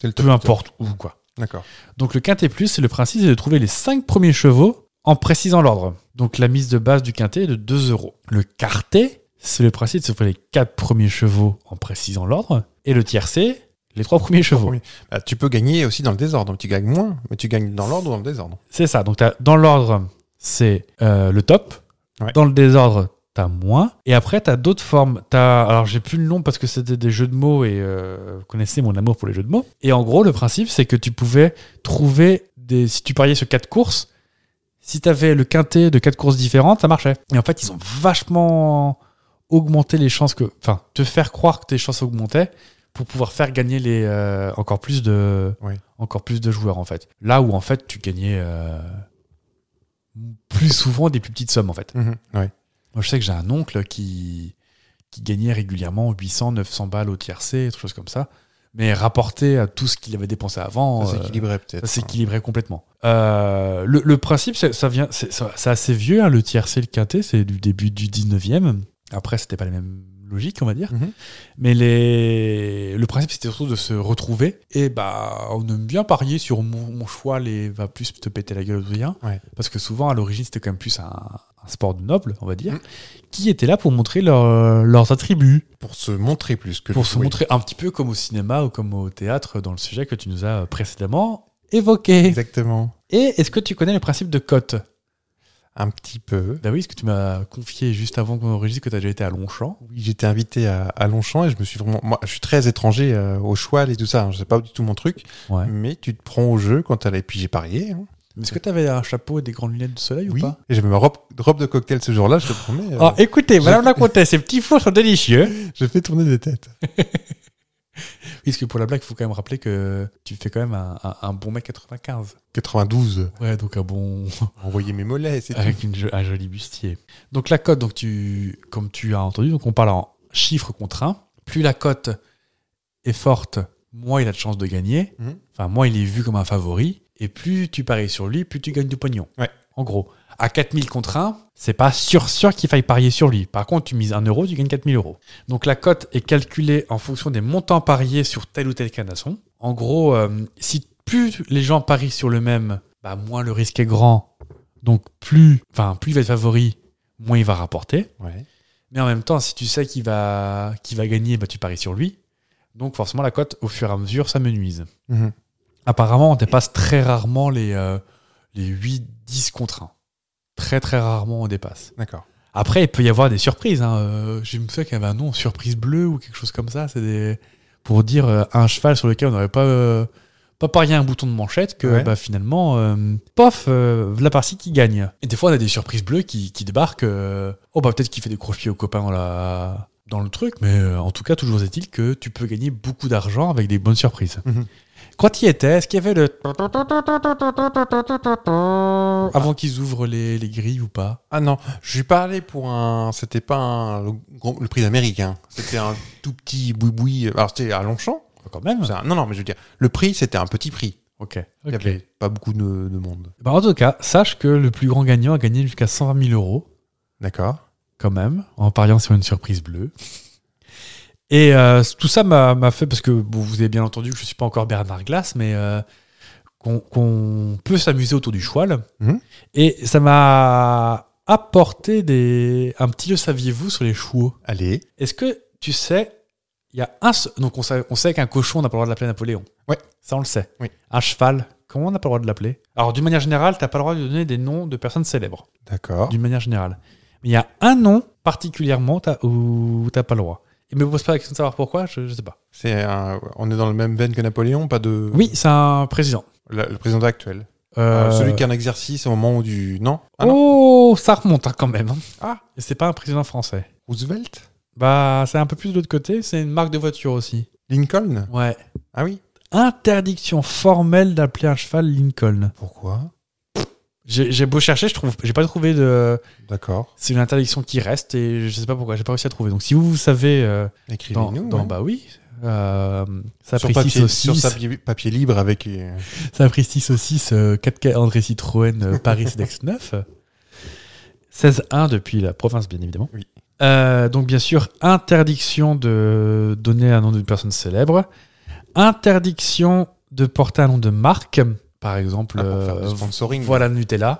C: C'est le top
D: peu
C: du top.
D: importe où, quoi.
C: D'accord.
D: Donc le quintet plus, c'est le principe c'est de trouver les 5 premiers chevaux en précisant l'ordre. Donc la mise de base du quintet est de 2 euros. Le quartet, c'est le principe de se trouver les 4 premiers chevaux en précisant l'ordre. Et le tiercé, les 3 premiers chevaux.
C: premiers. Bah, tu peux gagner aussi dans le désordre. Tu gagnes moins, mais tu gagnes dans l'ordre ou dans le désordre.
D: C'est ça. Donc t'as- dans l'ordre, c'est euh, le top.
C: Ouais.
D: Dans le désordre, t'as moins. Et après, t'as d'autres formes. T'as- alors j'ai plus le nom parce que c'était des jeux de mots et euh, vous connaissez mon amour pour les jeux de mots. Et en gros, le principe, c'est que tu pouvais trouver des. Si tu pariais sur quatre courses, si t'avais le quintet de quatre courses différentes, ça marchait. Et en fait, ils ont vachement augmenté les chances que. Enfin, te faire croire que tes chances augmentaient pour pouvoir faire gagner les euh, encore plus de
C: Oui.
D: encore plus de joueurs en fait. Là où en fait tu gagnais euh, plus souvent des plus petites sommes en fait.
C: Mhm. Ouais.
D: Moi, je sais que j'ai un oncle qui, qui gagnait régulièrement 800, 900 balles au tiercé, des choses comme ça. Mais rapporté à tout ce qu'il avait dépensé avant,
C: Ça
D: euh,
C: s'équilibrait peut-être. hein.
D: ça s'équilibrait complètement. Euh, le, le principe, c'est- ça vient, c'est ça- c'est assez vieux, hein, le tiercé, le quintet, c'est du début du 19e. Après, c'était pas la même logique, on va dire.
C: Mhm.
D: Mais les... le principe, c'était surtout de se retrouver. Et bah, on aime bien parier sur mon, mon choix, les va plus te péter la gueule ou rien.
C: Ouais.
D: Parce que souvent, à l'origine, c'était quand même plus un, un sport de noble, on va dire,
C: Mhm.
D: qui était là pour montrer leur- euh, leurs attributs,
C: Pour se montrer plus que
D: pour
C: le-
D: se
C: oui.
D: montrer un petit peu comme au cinéma ou comme au théâtre dans le sujet que tu nous as précédemment évoqué.
C: Exactement.
D: Et est-ce que tu connais le principe de cote
C: Un petit peu.
D: Bah oui, ce que tu m'as confié juste avant qu'on enregistre que tu as déjà été à Longchamp.
C: Oui, j'étais invité à, à Longchamp et je me suis vraiment. Moi, je suis très étranger euh, au choix et tout ça. hein. Je sais pas du tout mon truc,
D: Ouais.
C: mais tu te prends au jeu quand t'as les. Puis j'ai parié. hein.
D: Mais est-ce que tu avais un chapeau et des grandes lunettes de soleil
C: Oui.
D: ou pas
C: Et j'avais ma robe, robe de cocktail ce jour-là, je te promets. euh,
D: Ah, écoutez,
C: madame
D: madame la comtesse, ces petits fours sont délicieux.
C: J'ai fait tourner des têtes.
D: Puisque pour la blague, il faut quand même rappeler que tu fais quand même un, un- un bon mec 95.
C: 92.
D: Ouais, donc un bon.
C: Envoyez mes mollets, c'est tout.
D: avec une jo- un joli bustier. Donc la cote, donc tu, comme tu as entendu, donc on parle en chiffres contraints. Plus la cote est forte, moins il a de chances de gagner.
C: Mhm.
D: Enfin, moins il est vu comme un favori. Et plus tu paries sur lui, plus tu gagnes du pognon.
C: Ouais.
D: En gros, à 4000 contre 1, c'est pas sûr sûr qu'il faille parier sur lui. Par contre, tu mises 1 euro, tu gagnes 4000 euros. Donc la cote est calculée en fonction des montants pariés sur tel ou tel canasson. En gros, euh, si plus les gens parient sur le même, bah, moins le risque est grand. Donc plus, enfin, plus il va être favori, moins il va rapporter.
C: Ouais.
D: Mais en même temps, si tu sais qu'il va, qu'il va gagner, bah, tu paries sur lui. Donc forcément, la cote, au fur et à mesure, ça menuise.
C: Mhm.
D: Apparemment, on dépasse très rarement les, euh, les 8-10 contre 1. Très très rarement on dépasse.
C: D'accord.
D: Après, il peut y avoir des surprises. Hein. Euh, je me souviens qu'il y avait un nom, surprise bleue ou quelque chose comme ça. C'est des... pour dire euh, un cheval sur lequel on n'aurait pas, euh, pas parié un bouton de manchette que
C: Ouais.
D: bah, finalement, euh, pof, euh, la partie qui gagne. Et des fois, on a des surprises bleues qui, qui débarquent. euh, oh, bah peut-être qu'il fait des croche-pieds aux copains dans, la- dans le truc, mais euh, en tout cas, toujours est-il que tu peux gagner beaucoup d'argent avec des bonnes surprises.
C: Mhm.
D: Quand il y était, est-ce qu'il y avait le. Avant qu'ils ouvrent les- les grilles ou pas
C: Ah non, je suis pas allé pour un. C'était pas un- le, gros- le prix d'Amérique. hein. C'était un tout petit boui-boui. Alors c'était à Longchamp.
D: Quand même.
C: C'est un- Non, non, mais je veux dire, le prix, c'était un petit prix.
D: Ok.
C: Il y avait pas beaucoup de, de monde.
D: Bah, en tout cas, sache que le plus grand gagnant a gagné jusqu'à 120 000 euros,
C: D'accord.
D: quand même, en pariant sur une surprise bleue. Et euh, tout ça m'a m'a fait, parce que bon, vous avez bien entendu que je ne suis pas encore Bernard Glass, mais euh, qu'on qu'on peut s'amuser autour du choual.
C: Mhm.
D: Et ça m'a apporté des... un petit le saviez-vous sur les chouaux.
C: Allez.
D: Est-ce que tu sais, il y a un. se- Donc on sait, on sait qu'un cochon n'a pas le droit de l'appeler Napoléon.
C: Ouais.
D: Ça on le sait.
C: Oui.
D: Un cheval, comment on n'a pas le droit de l'appeler Alors d'une manière générale, t'as pas le droit de donner des noms de personnes célèbres.
C: D'accord.
D: D'une manière générale. Mais il y a un nom particulièrement t'as- où t'as pas le droit. Et me pose pas la question de savoir pourquoi, je, je sais pas.
C: C'est un- On est dans le même veine que Napoléon, pas de.
D: Oui, c'est un président.
C: La- le président actuel.
D: Euh,
C: Euh, Celui qui a un exercice au moment où du. Non Ah non.
D: Oh, ça remonte hein, quand même.
C: Ah.
D: Et c'est pas un président français.
C: Roosevelt
D: Bah, c'est un peu plus de l'autre côté, c'est une marque de voiture aussi.
C: Lincoln
D: Ouais.
C: Ah oui.
D: Interdiction formelle d'appeler un cheval Lincoln.
C: Pourquoi
D: J'ai j'ai beau chercher, je trouve, j'ai pas trouvé de.
C: D'accord.
D: C'est une interdiction qui reste et je sais pas pourquoi, j'ai pas réussi à trouver. Donc si vous, vous savez, euh, dans,
C: Écrivez-nous.
D: dans-
C: ouais.
D: bah oui, euh, ça
C: sur papier, sur papier, papier libre avec. euh,
D: Sapristi Saucisse, euh, 4K André Citroën, euh, Paris Sedex 9. 16-1 depuis la province, bien évidemment.
C: Oui.
D: Euh, donc, bien sûr, interdiction de donner un nom d'une personne célèbre. Interdiction de porter un nom de marque. Par exemple,
C: Ah, pour faire
D: euh,
C: du sponsoring.
D: voilà Nutella.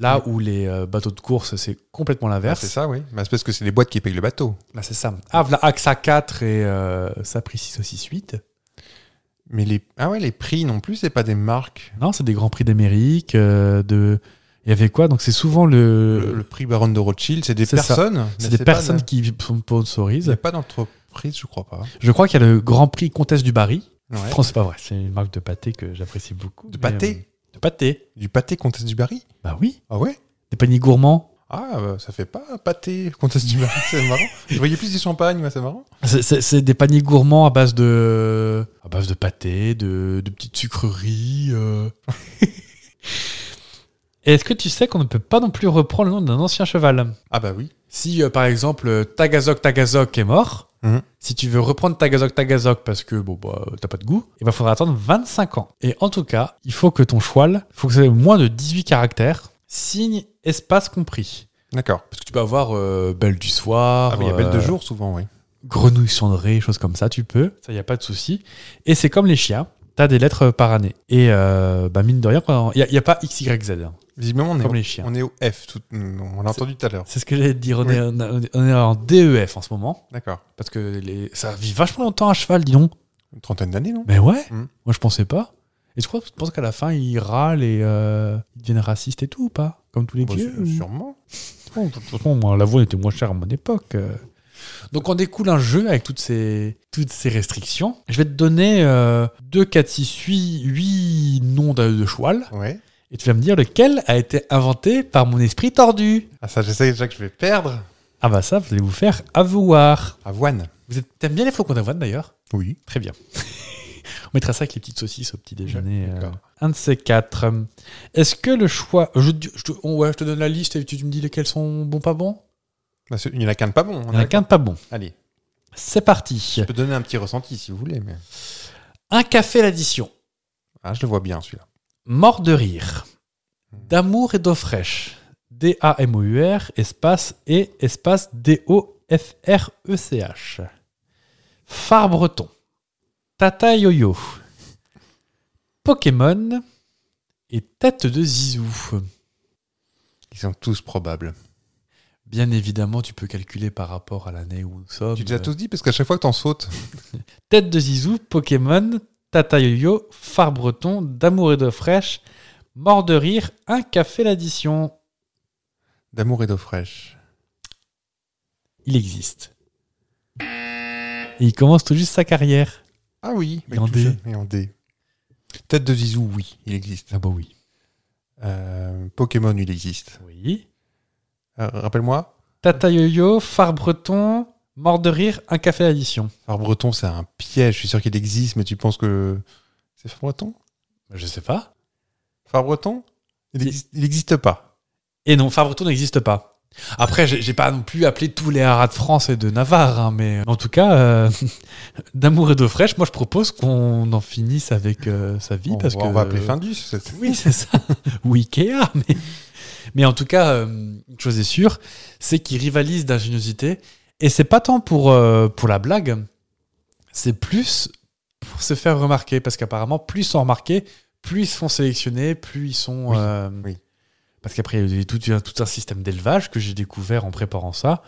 D: Là où les euh, bateaux de course, c'est complètement
C: Ah,
D: l'inverse.
C: c'est ça, oui. Bah, c'est parce que c'est les boîtes qui payent le bateau.
D: Là, c'est ça. Ah, voilà, AXA 4 et euh, Sapristi Saucisse 8.
C: Mais les ah ouais les prix non plus c'est pas des marques.
D: Non, c'est des Grands Prix d'Amérique. euh, de... Il y avait quoi Donc, c'est souvent
C: Le, le prix Baron de Rothschild c'est des
D: Euh, c'est ça.
C: personnes. mais
D: C'est des
C: pas
D: personnes
C: de-
D: qui
C: Il n'y
D: sponsorisent.
C: a pas d'entreprise je crois pas.
D: Je crois qu'il y a le Grand Prix Comtesse du Barry.
C: Ouais.
D: France, c'est pas vrai. C'est une marque de pâté que j'apprécie beaucoup.
C: De
D: mais,
C: pâté
D: euh, De pâté.
C: Du pâté Comtesse du Barry.
D: Bah oui.
C: Ah ouais.
D: Des paniers gourmands.
C: Ah bah, ça fait pas un pâté Comtesse du Barry c'est marrant. Je voyais plus du champagne moi c'est marrant.
D: C'est- C'est c'est des paniers gourmands à base de. à base de pâté, de, de petites sucreries. euh. Et Est-ce que tu sais qu'on ne peut pas non plus reprendre le nom d'un ancien cheval
C: Ah bah oui.
D: Si, euh, par exemple, euh, Tagazok Tagazok est mort,
C: Mhm.
D: si tu veux reprendre Tagazok Tagazok parce que bon, bah, euh, t'as pas de goût, il va falloir attendre 25 ans. Et en tout cas, il faut que ton choual, il faut que ça ait moins de 18 caractères, signe, espace compris.
C: D'accord.
D: Parce que tu peux avoir euh, Belle du soir,
C: Ah oui il y a belle de
D: euh,
C: jour souvent oui.
D: Grenouille cendrée, choses comme ça, tu peux, ça y a pas de souci. Et c'est comme les chiens, t'as des lettres par année. Et euh, bah, mine de rien, il n'y a, pas XYZ, hein,
C: Visiblement on est
D: comme
C: au,
D: les chiens.
C: on est au F tout- on l'a entendu tout à l'heure.
D: C'est ce que j'allais te dire, on, est, on a- on est en DEF en ce moment.
C: D'accord.
D: Parce que les- ça vit vachement longtemps à cheval, dis donc.
C: Une trentaine d'années non
D: Mais ouais,
C: Mm.
D: moi je pensais pas. Et tu crois, tu penses qu'à la fin, ils râlent et euh, ils deviennent racistes et tout ou pas Comme tous les
C: Bah,
D: vieux
C: sû-
D: ou-
C: Sûrement.
D: Bon, De toute façon, moi, la voix était moins chère à mon époque. euh. Donc on découle un jeu avec toutes ces, toutes ces restrictions. Je vais te donner euh, 2, 4, 6, 8, noms de, de cheval.
C: Ouais.
D: Et tu vas me dire lequel a été inventé par mon esprit tordu.
C: Ah ça j'essaie déjà que je vais perdre.
D: Ah bah ça, vous allez vous faire avoir.
C: Avoine.
D: Vous êtes- t'aimes bien les flocons d'avoine d'ailleurs
C: Oui.
D: Très bien. On mettra ça avec les petites saucisses au petit déjeuner. euh,
C: d'accord.
D: un de ces quatre. Est-ce que le choix... Je, te- je te- oh ouais, je te donne la liste et tu, tu me dis lesquels sont bons, pas bons
C: Bah, c'est- il n'y en a qu'un de pas bon. on
D: Il y en a
C: est
D: qu'un de pas bon.
C: d'accord. Allez,
D: C'est parti.
C: je peux donner un petit ressenti si vous voulez. Mais...
D: Un café l'addition.
C: Ah, je le vois bien celui-là.
D: Mort de rire. D'amour et d'eau fraîche. D-A-M-O-U-R, espace et espace D-O-F-R-E-C-H. E Phare breton. Tata yo-yo. Pokémon. Et tête de zizou.
C: Ils sont tous probables.
D: Bien évidemment, tu peux calculer par rapport à l'année où nous sommes.
C: Tu les as tous dit parce qu'à chaque fois que t'en sautes.
D: Tête de Zizou, Pokémon, Tata Yo-Yo, Phare Breton, D'amour et de fraîche, Mort de rire, Un café l'addition.
C: D'amour et d'eau fraîche.
D: Il existe. Et il commence tout juste sa carrière.
C: Ah oui. mais
D: Et en
C: tout
D: D.
C: jeune, Et en D. Tête de Zizou, oui, il existe.
D: Ah bah oui.
C: Euh, Pokémon, il existe.
D: Oui.
C: Euh, Rappelle-moi,
D: Tata Yo-Yo, Phare Breton, Mort de rire, Un café l'addition.
C: Phare Breton, c'est un piège. Je suis sûr qu'il existe, mais tu penses que. C'est Phare Breton
D: Je sais pas.
C: Phare Breton Il
D: Il-
C: existe- il n'existe pas.
D: Et non, Phare Breton n'existe pas. Après, j'ai j'ai pas non plus appelé tous les haras de France et de Navarre, hein, mais en tout cas, euh, d'amour et de fraîche, moi je propose qu'on en finisse avec euh, sa vie
C: on,
D: parce
C: va-
D: que
C: on va appeler Findus. c'est-
D: Oui, c'est ça. Ou Ikea. Mais, mais en tout cas, euh, une chose est sûre, c'est qu'ils rivalisent d'ingéniosité. Et c'est pas tant pour, euh, pour la blague, c'est plus pour se faire remarquer. Parce qu'apparemment, plus ils sont remarqués, plus ils se font sélectionner, plus ils sont.
C: Oui,
D: euh,
C: oui.
D: Parce qu'après, il y a tout, un- tout un système d'élevage que j'ai découvert en préparant ça,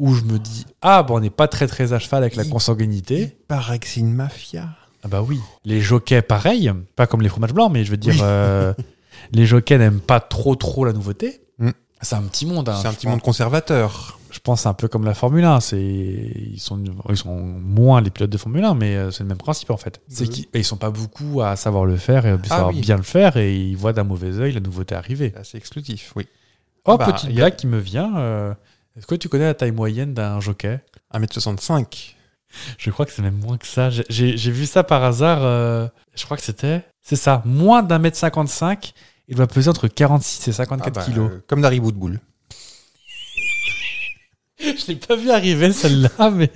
D: où je me dis Ah, bon, on n'est pas très très à cheval avec la
C: Il-
D: consanguinité.
C: Il paraît que c'est une mafia.
D: Ah bah oui. Les jockeys, pareil, pas comme les fromages blancs, mais je veux dire,
C: Oui.
D: euh, les jockeys n'aiment pas trop trop la nouveauté.
C: Mm.
D: C'est un petit monde. hein.
C: c'est un
D: Je
C: petit
D: pense-
C: monde conservateur.
D: Je pense c'est un peu comme la Formule 1. C'est ils sont ils sont moins les pilotes de Formule 1, mais euh, c'est le même principe en fait. C'est
C: Oui.
D: qu'ils et ils sont pas beaucoup à savoir le faire et à
C: Ah
D: savoir
C: oui.
D: bien le faire et ils voient d'un mauvais œil la nouveauté arriver.
C: C'est assez exclusif, oui.
D: Oh
C: bah,
D: petite
C: il y a-
D: blague qui me vient. euh, Est-ce que tu connais la taille moyenne d'un jockey
C: 1m65.
D: Je crois que c'est même moins que ça. J'ai- J'ai j'ai vu ça par hasard. euh, je crois que c'était. C'est ça. Moins d'un mètre cinquante-cinq. Il doit peser entre 46 et 54
C: Ah bah,
D: kilos.
C: euh, comme Dari Boudboul.
D: Je l'ai pas vu arriver celle-là, mais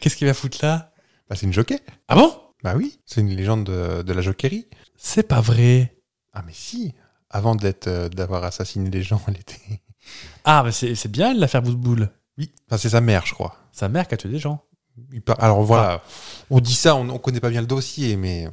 D: qu'est-ce qu'il va foutre là
C: Bah, c'est une jockey.
D: Ah bon
C: Bah oui, c'est une légende de, de la jockeyrie.
D: C'est pas vrai.
C: Ah mais si, avant d'être, euh, d'avoir assassiné les gens, elle était...
D: Ah, mais c'est c'est bien l'affaire Boule.
C: Oui, enfin, c'est sa mère, je crois.
D: Sa mère qui a tué des gens.
C: Il par- Alors
D: Ah.
C: voilà, on dit ça, on, on connaît pas bien le dossier, mais...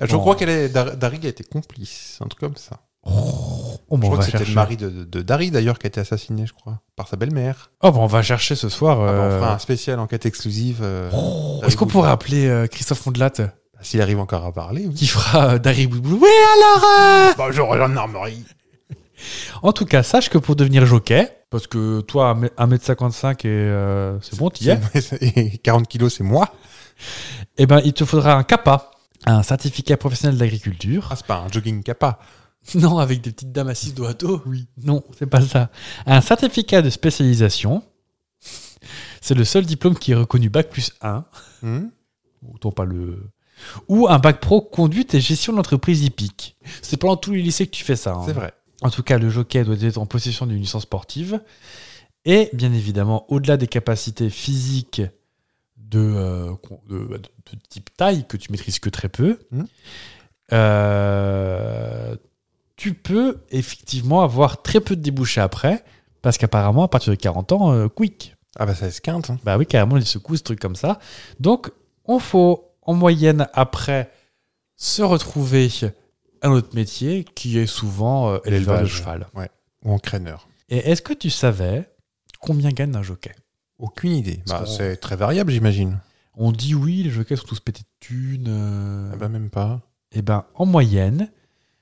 C: euh, Je
D: Bon.
C: crois qu'elle est... Dar- Dari a été complice, un truc comme ça.
D: Oh, bah,
C: je
D: on
C: crois
D: va
C: que c'était
D: chercher.
C: le mari de, de, de Dari, d'ailleurs, qui a été assassiné, je crois, par sa belle-mère.
D: Oh, bah, on va chercher ce soir.
C: Ah bah,
D: euh,
C: on fera un spécial enquête exclusive. euh,
D: oh,
C: Dari
D: Est-ce qu'on
C: Boudboul.
D: pourrait appeler euh, Christophe Mondelatte
C: S'il arrive encore à parler, oui.
D: qui fera euh, Dari Boudboul Oui, alors euh,
C: Bonjour, gendarmerie
D: En tout cas, sache que pour devenir jockey, parce que toi, 1m55 et euh, c'est bon, t'y es,
C: Et 40 kilos, c'est moi.
D: eh ben, il te faudra un CAPA, un certificat professionnel d'agriculture.
C: Ah, c'est pas un jogging kappa.
D: Non, avec des petites dames assises dos à dos, oui. Non, c'est pas ça. Un certificat de spécialisation. C'est le seul diplôme qui est reconnu bac plus 1.
C: Hmm
D: Autant pas le. Ou un bac pro conduite et gestion de l'entreprise hippique. C'est pendant tous les lycées que tu fais ça. hein.
C: c'est vrai.
D: En tout cas, le jockey doit être en possession d'une licence sportive. Et bien évidemment, au-delà des capacités physiques de, euh, con- de- de type taille que tu maîtrises que très peu,
C: Mhm.
D: euh, tu peux effectivement avoir très peu de débouchés après, parce qu'apparemment, à partir de 40 ans, euh, quick.
C: Ah bah ça esquinte. hein.
D: Bah oui, carrément, il secoue ce truc comme ça. Donc, on faut en moyenne après se retrouver un autre métier qui est souvent euh, éleveur de
C: L'élevage.
D: cheval.
C: Ou en crâneur.
D: Et est-ce que tu savais combien gagne un jockey
C: Aucune idée. Bah,
D: qu'on-
C: c'est très variable, j'imagine.
D: On dit oui, les jockeys sont tous pétés de thunes. euh,
C: Ah bah même pas.
D: Eh ben, en moyenne,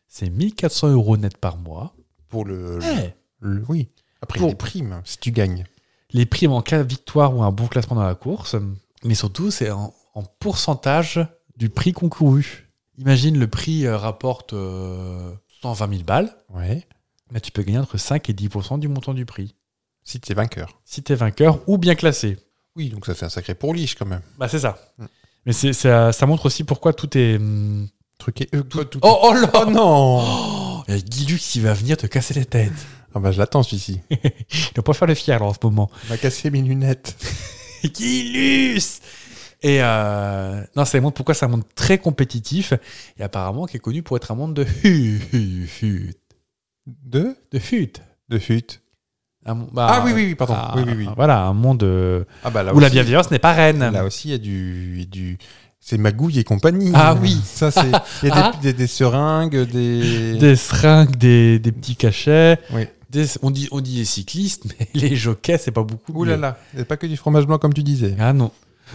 D: c'est 1400 euros net par mois.
C: Pour le...
D: Eh,
C: le- oui. Après, il y
D: Pour-
C: a des primes, si tu gagnes.
D: les primes en cas de victoire ou un bon classement dans la course, mais surtout, c'est en, en pourcentage du prix concouru. Imagine, le prix euh, rapporte euh, 120 000 balles,
C: Ouais.
D: mais tu peux gagner entre 5 et 10 du montant du prix.
C: si t'es vainqueur.
D: si t'es vainqueur ou bien classé.
C: Oui, donc ça fait un sacré pourliche quand même.
D: Bah c'est ça.
C: Mm.
D: Mais c'est- ça, ça montre aussi pourquoi tout est. hum,
C: Truc et... euh, quoi, tout-
D: Oh, oh là
C: Oh non
D: Oh, Il y a Guy Lux qui va venir te casser les têtes.
C: Ah bah je l'attends celui-ci.
D: Il doit pas faire le fier alors en ce moment.
C: Il m'a cassé mes lunettes.
D: Guy Lux Et euh, non, ça montre pourquoi c'est un monde très compétitif et apparemment qui est connu pour être un monde de hu- hu- hu-
C: De
D: de fuite.
C: De fuite.
D: Un mon- bah,
C: Ah, oui, oui, oui, pardon.
D: ah,
C: oui, oui, oui.
D: Voilà, un monde euh,
C: Ah bah là
D: où la
C: aussi-
D: bienveillance n'est pas reine.
C: Là aussi, il y a du. il y a du... C'est magouille et compagnie.
D: Ah oui.
C: Ça, c'est. Il y a
D: Ah.
C: des, des- des seringues, des.
D: Des seringues, des, des petits cachets.
C: Oui.
D: des- on, dit, on dit les cyclistes, mais les jockeys, c'est pas beaucoup.
C: Ouh là
D: mieux.
C: là. Il y a pas que du fromage blanc, comme tu disais.
D: Ah non.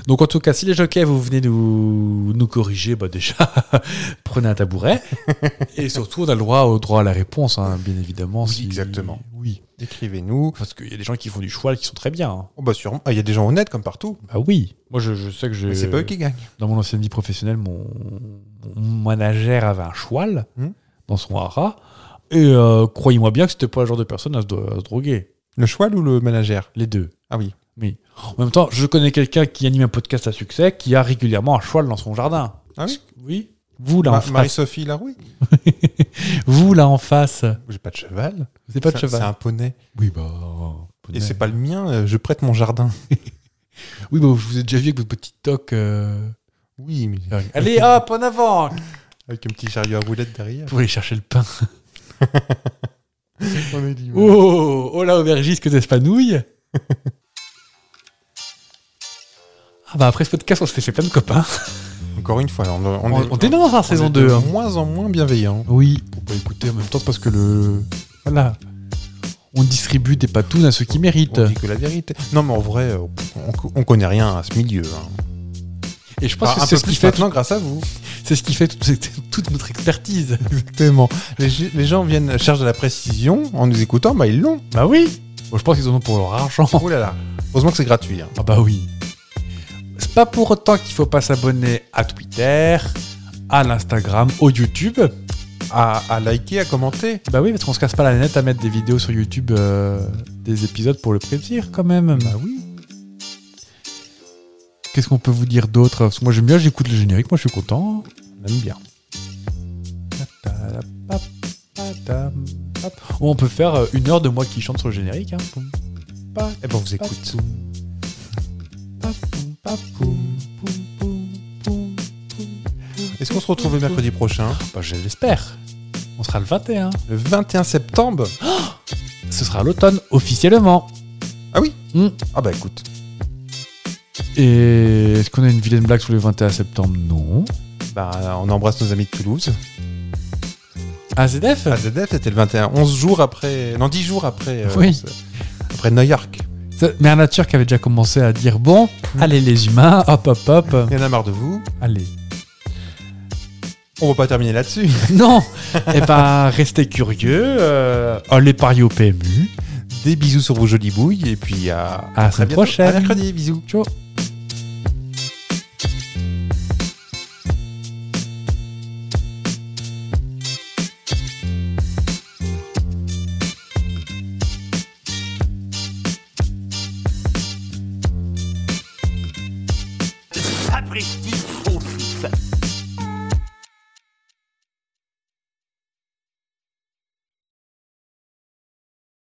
D: Donc en tout cas, si les jockeys, vous venez nous, nous corriger, bah déjà, prenez un tabouret. Et surtout, on a le droit au droit à la réponse, hein, bien évidemment.
C: Oui, exactement.
D: Oui.
C: Écrivez-nous.
D: Parce qu'il y a des gens qui font du cheval qui sont très bien. hein.
C: Oh bah sûrement. Ah, il y a des gens honnêtes comme partout.
D: Bah oui. Moi, je, je sais que j'ai.
C: Mais c'est pas eux qui gagnent.
D: Dans mon ancienne vie professionnelle, mon, mon manager avait un cheval
C: Hum.
D: dans son hara. Et euh, croyez-moi bien que c'était pas le genre de personne à se, dro- à se droguer.
C: Le cheval ou le ménagère
D: Les deux.
C: Ah oui.
D: Oui. En même temps, je connais quelqu'un qui anime un podcast à succès qui a régulièrement un cheval dans son jardin.
C: Ah oui
D: Oui. Vous là
C: Ma-
D: en face.
C: Marie-Sophie Larouille
D: Vous là en face.
C: J'ai pas de cheval.
D: C'est pas de
C: C'est- C'est
D: cheval.
C: un poney.
D: Oui bah.
C: Et c'est pas le mien, euh, je prête mon jardin.
D: Oui bah je vous ai déjà vu avec votre petite toque. euh.
C: Oui, mais
D: Ah Allez hop en avant
C: avec un petit chariot à roulettes derrière.
D: pour aller chercher le pain.
C: On est dit, ouais.
D: Oh oh là aubergiste que t'espanouilles. Ah bah après ce podcast on s'était fait plein de copains.
C: Encore une fois, on, on,
D: On,
C: est-
D: on dénonce hein,
C: on est
D: saison
C: de
D: 2. hein.
C: moins en moins bienveillant.
D: Oui, pour pas écouter en même temps, c'est parce que le. Voilà. On distribue des patounes à ceux qui méritent.
C: On dit que la vérité. Non, mais en vrai, euh, on, on connaît rien à ce milieu. hein.
D: Et je pense
C: Enfin,
D: que Ah,
C: un
D: c'est
C: peu
D: ce qui
C: plus
D: fait,
C: maintenant grâce à vous.
D: c'est ce qui fait toute, toute notre expertise.
C: Exactement. Les, ge- les gens viennent chercher de la précision en nous écoutant, bah ils l'ont.
D: Bah oui Bon, Je pense qu'ils en ont pour leur argent.
C: Oh là là. Heureusement que c'est gratuit. hein.
D: Ah bah oui. C'est pas pour autant qu'il faut pas s'abonner à Twitter, à l'Instagram, au YouTube.
C: À, à liker, à commenter.
D: Bah oui, parce qu'on se casse pas la nette à mettre des vidéos sur YouTube, euh, des épisodes pour le prévenir quand même.
C: Bah oui.
D: Qu'est-ce qu'on peut vous dire d'autre Parce que moi j'aime bien, j'écoute le générique, moi je suis content. On aime bien. Ou on peut faire euh, une heure de moi qui chante sur le générique. Hein. Poum, pa,
C: Eh ben, on vous écoute.
D: pa, poum. Pa, poum, pa, poum, poum, poum, poum, poum.
C: Est-ce qu'on se retrouve le mercredi prochain
D: Bah, je l'espère. On sera le 21.
C: Le 21 septembre
D: Ce sera l'automne officiellement.
C: Ah oui
D: Hmm.
C: Ah bah écoute.
D: Et est-ce qu'on a une vilaine blague sur le 21 septembre Non.
C: Bah, on embrasse nos amis de Toulouse.
D: AZF
C: AZF, c'était le 21. 11 jours après. Non, 10 jours après. euh,
D: Oui.
C: Après New York.
D: Ça- Mère Nature qui avait déjà commencé à dire bon, allez les humains, hop hop hop,
C: Il y en a marre de vous.
D: allez.
C: On va pas terminer là-dessus.
D: Non Eh ben, restez curieux, euh, allez parier au PMU.
C: Des bisous sur vos jolies bouilles et puis euh, à,
D: À la semaine
C: bientôt.
D: prochaine.
C: À mercredi, bisous.
D: Ciao
B: Sapristi, faux fils.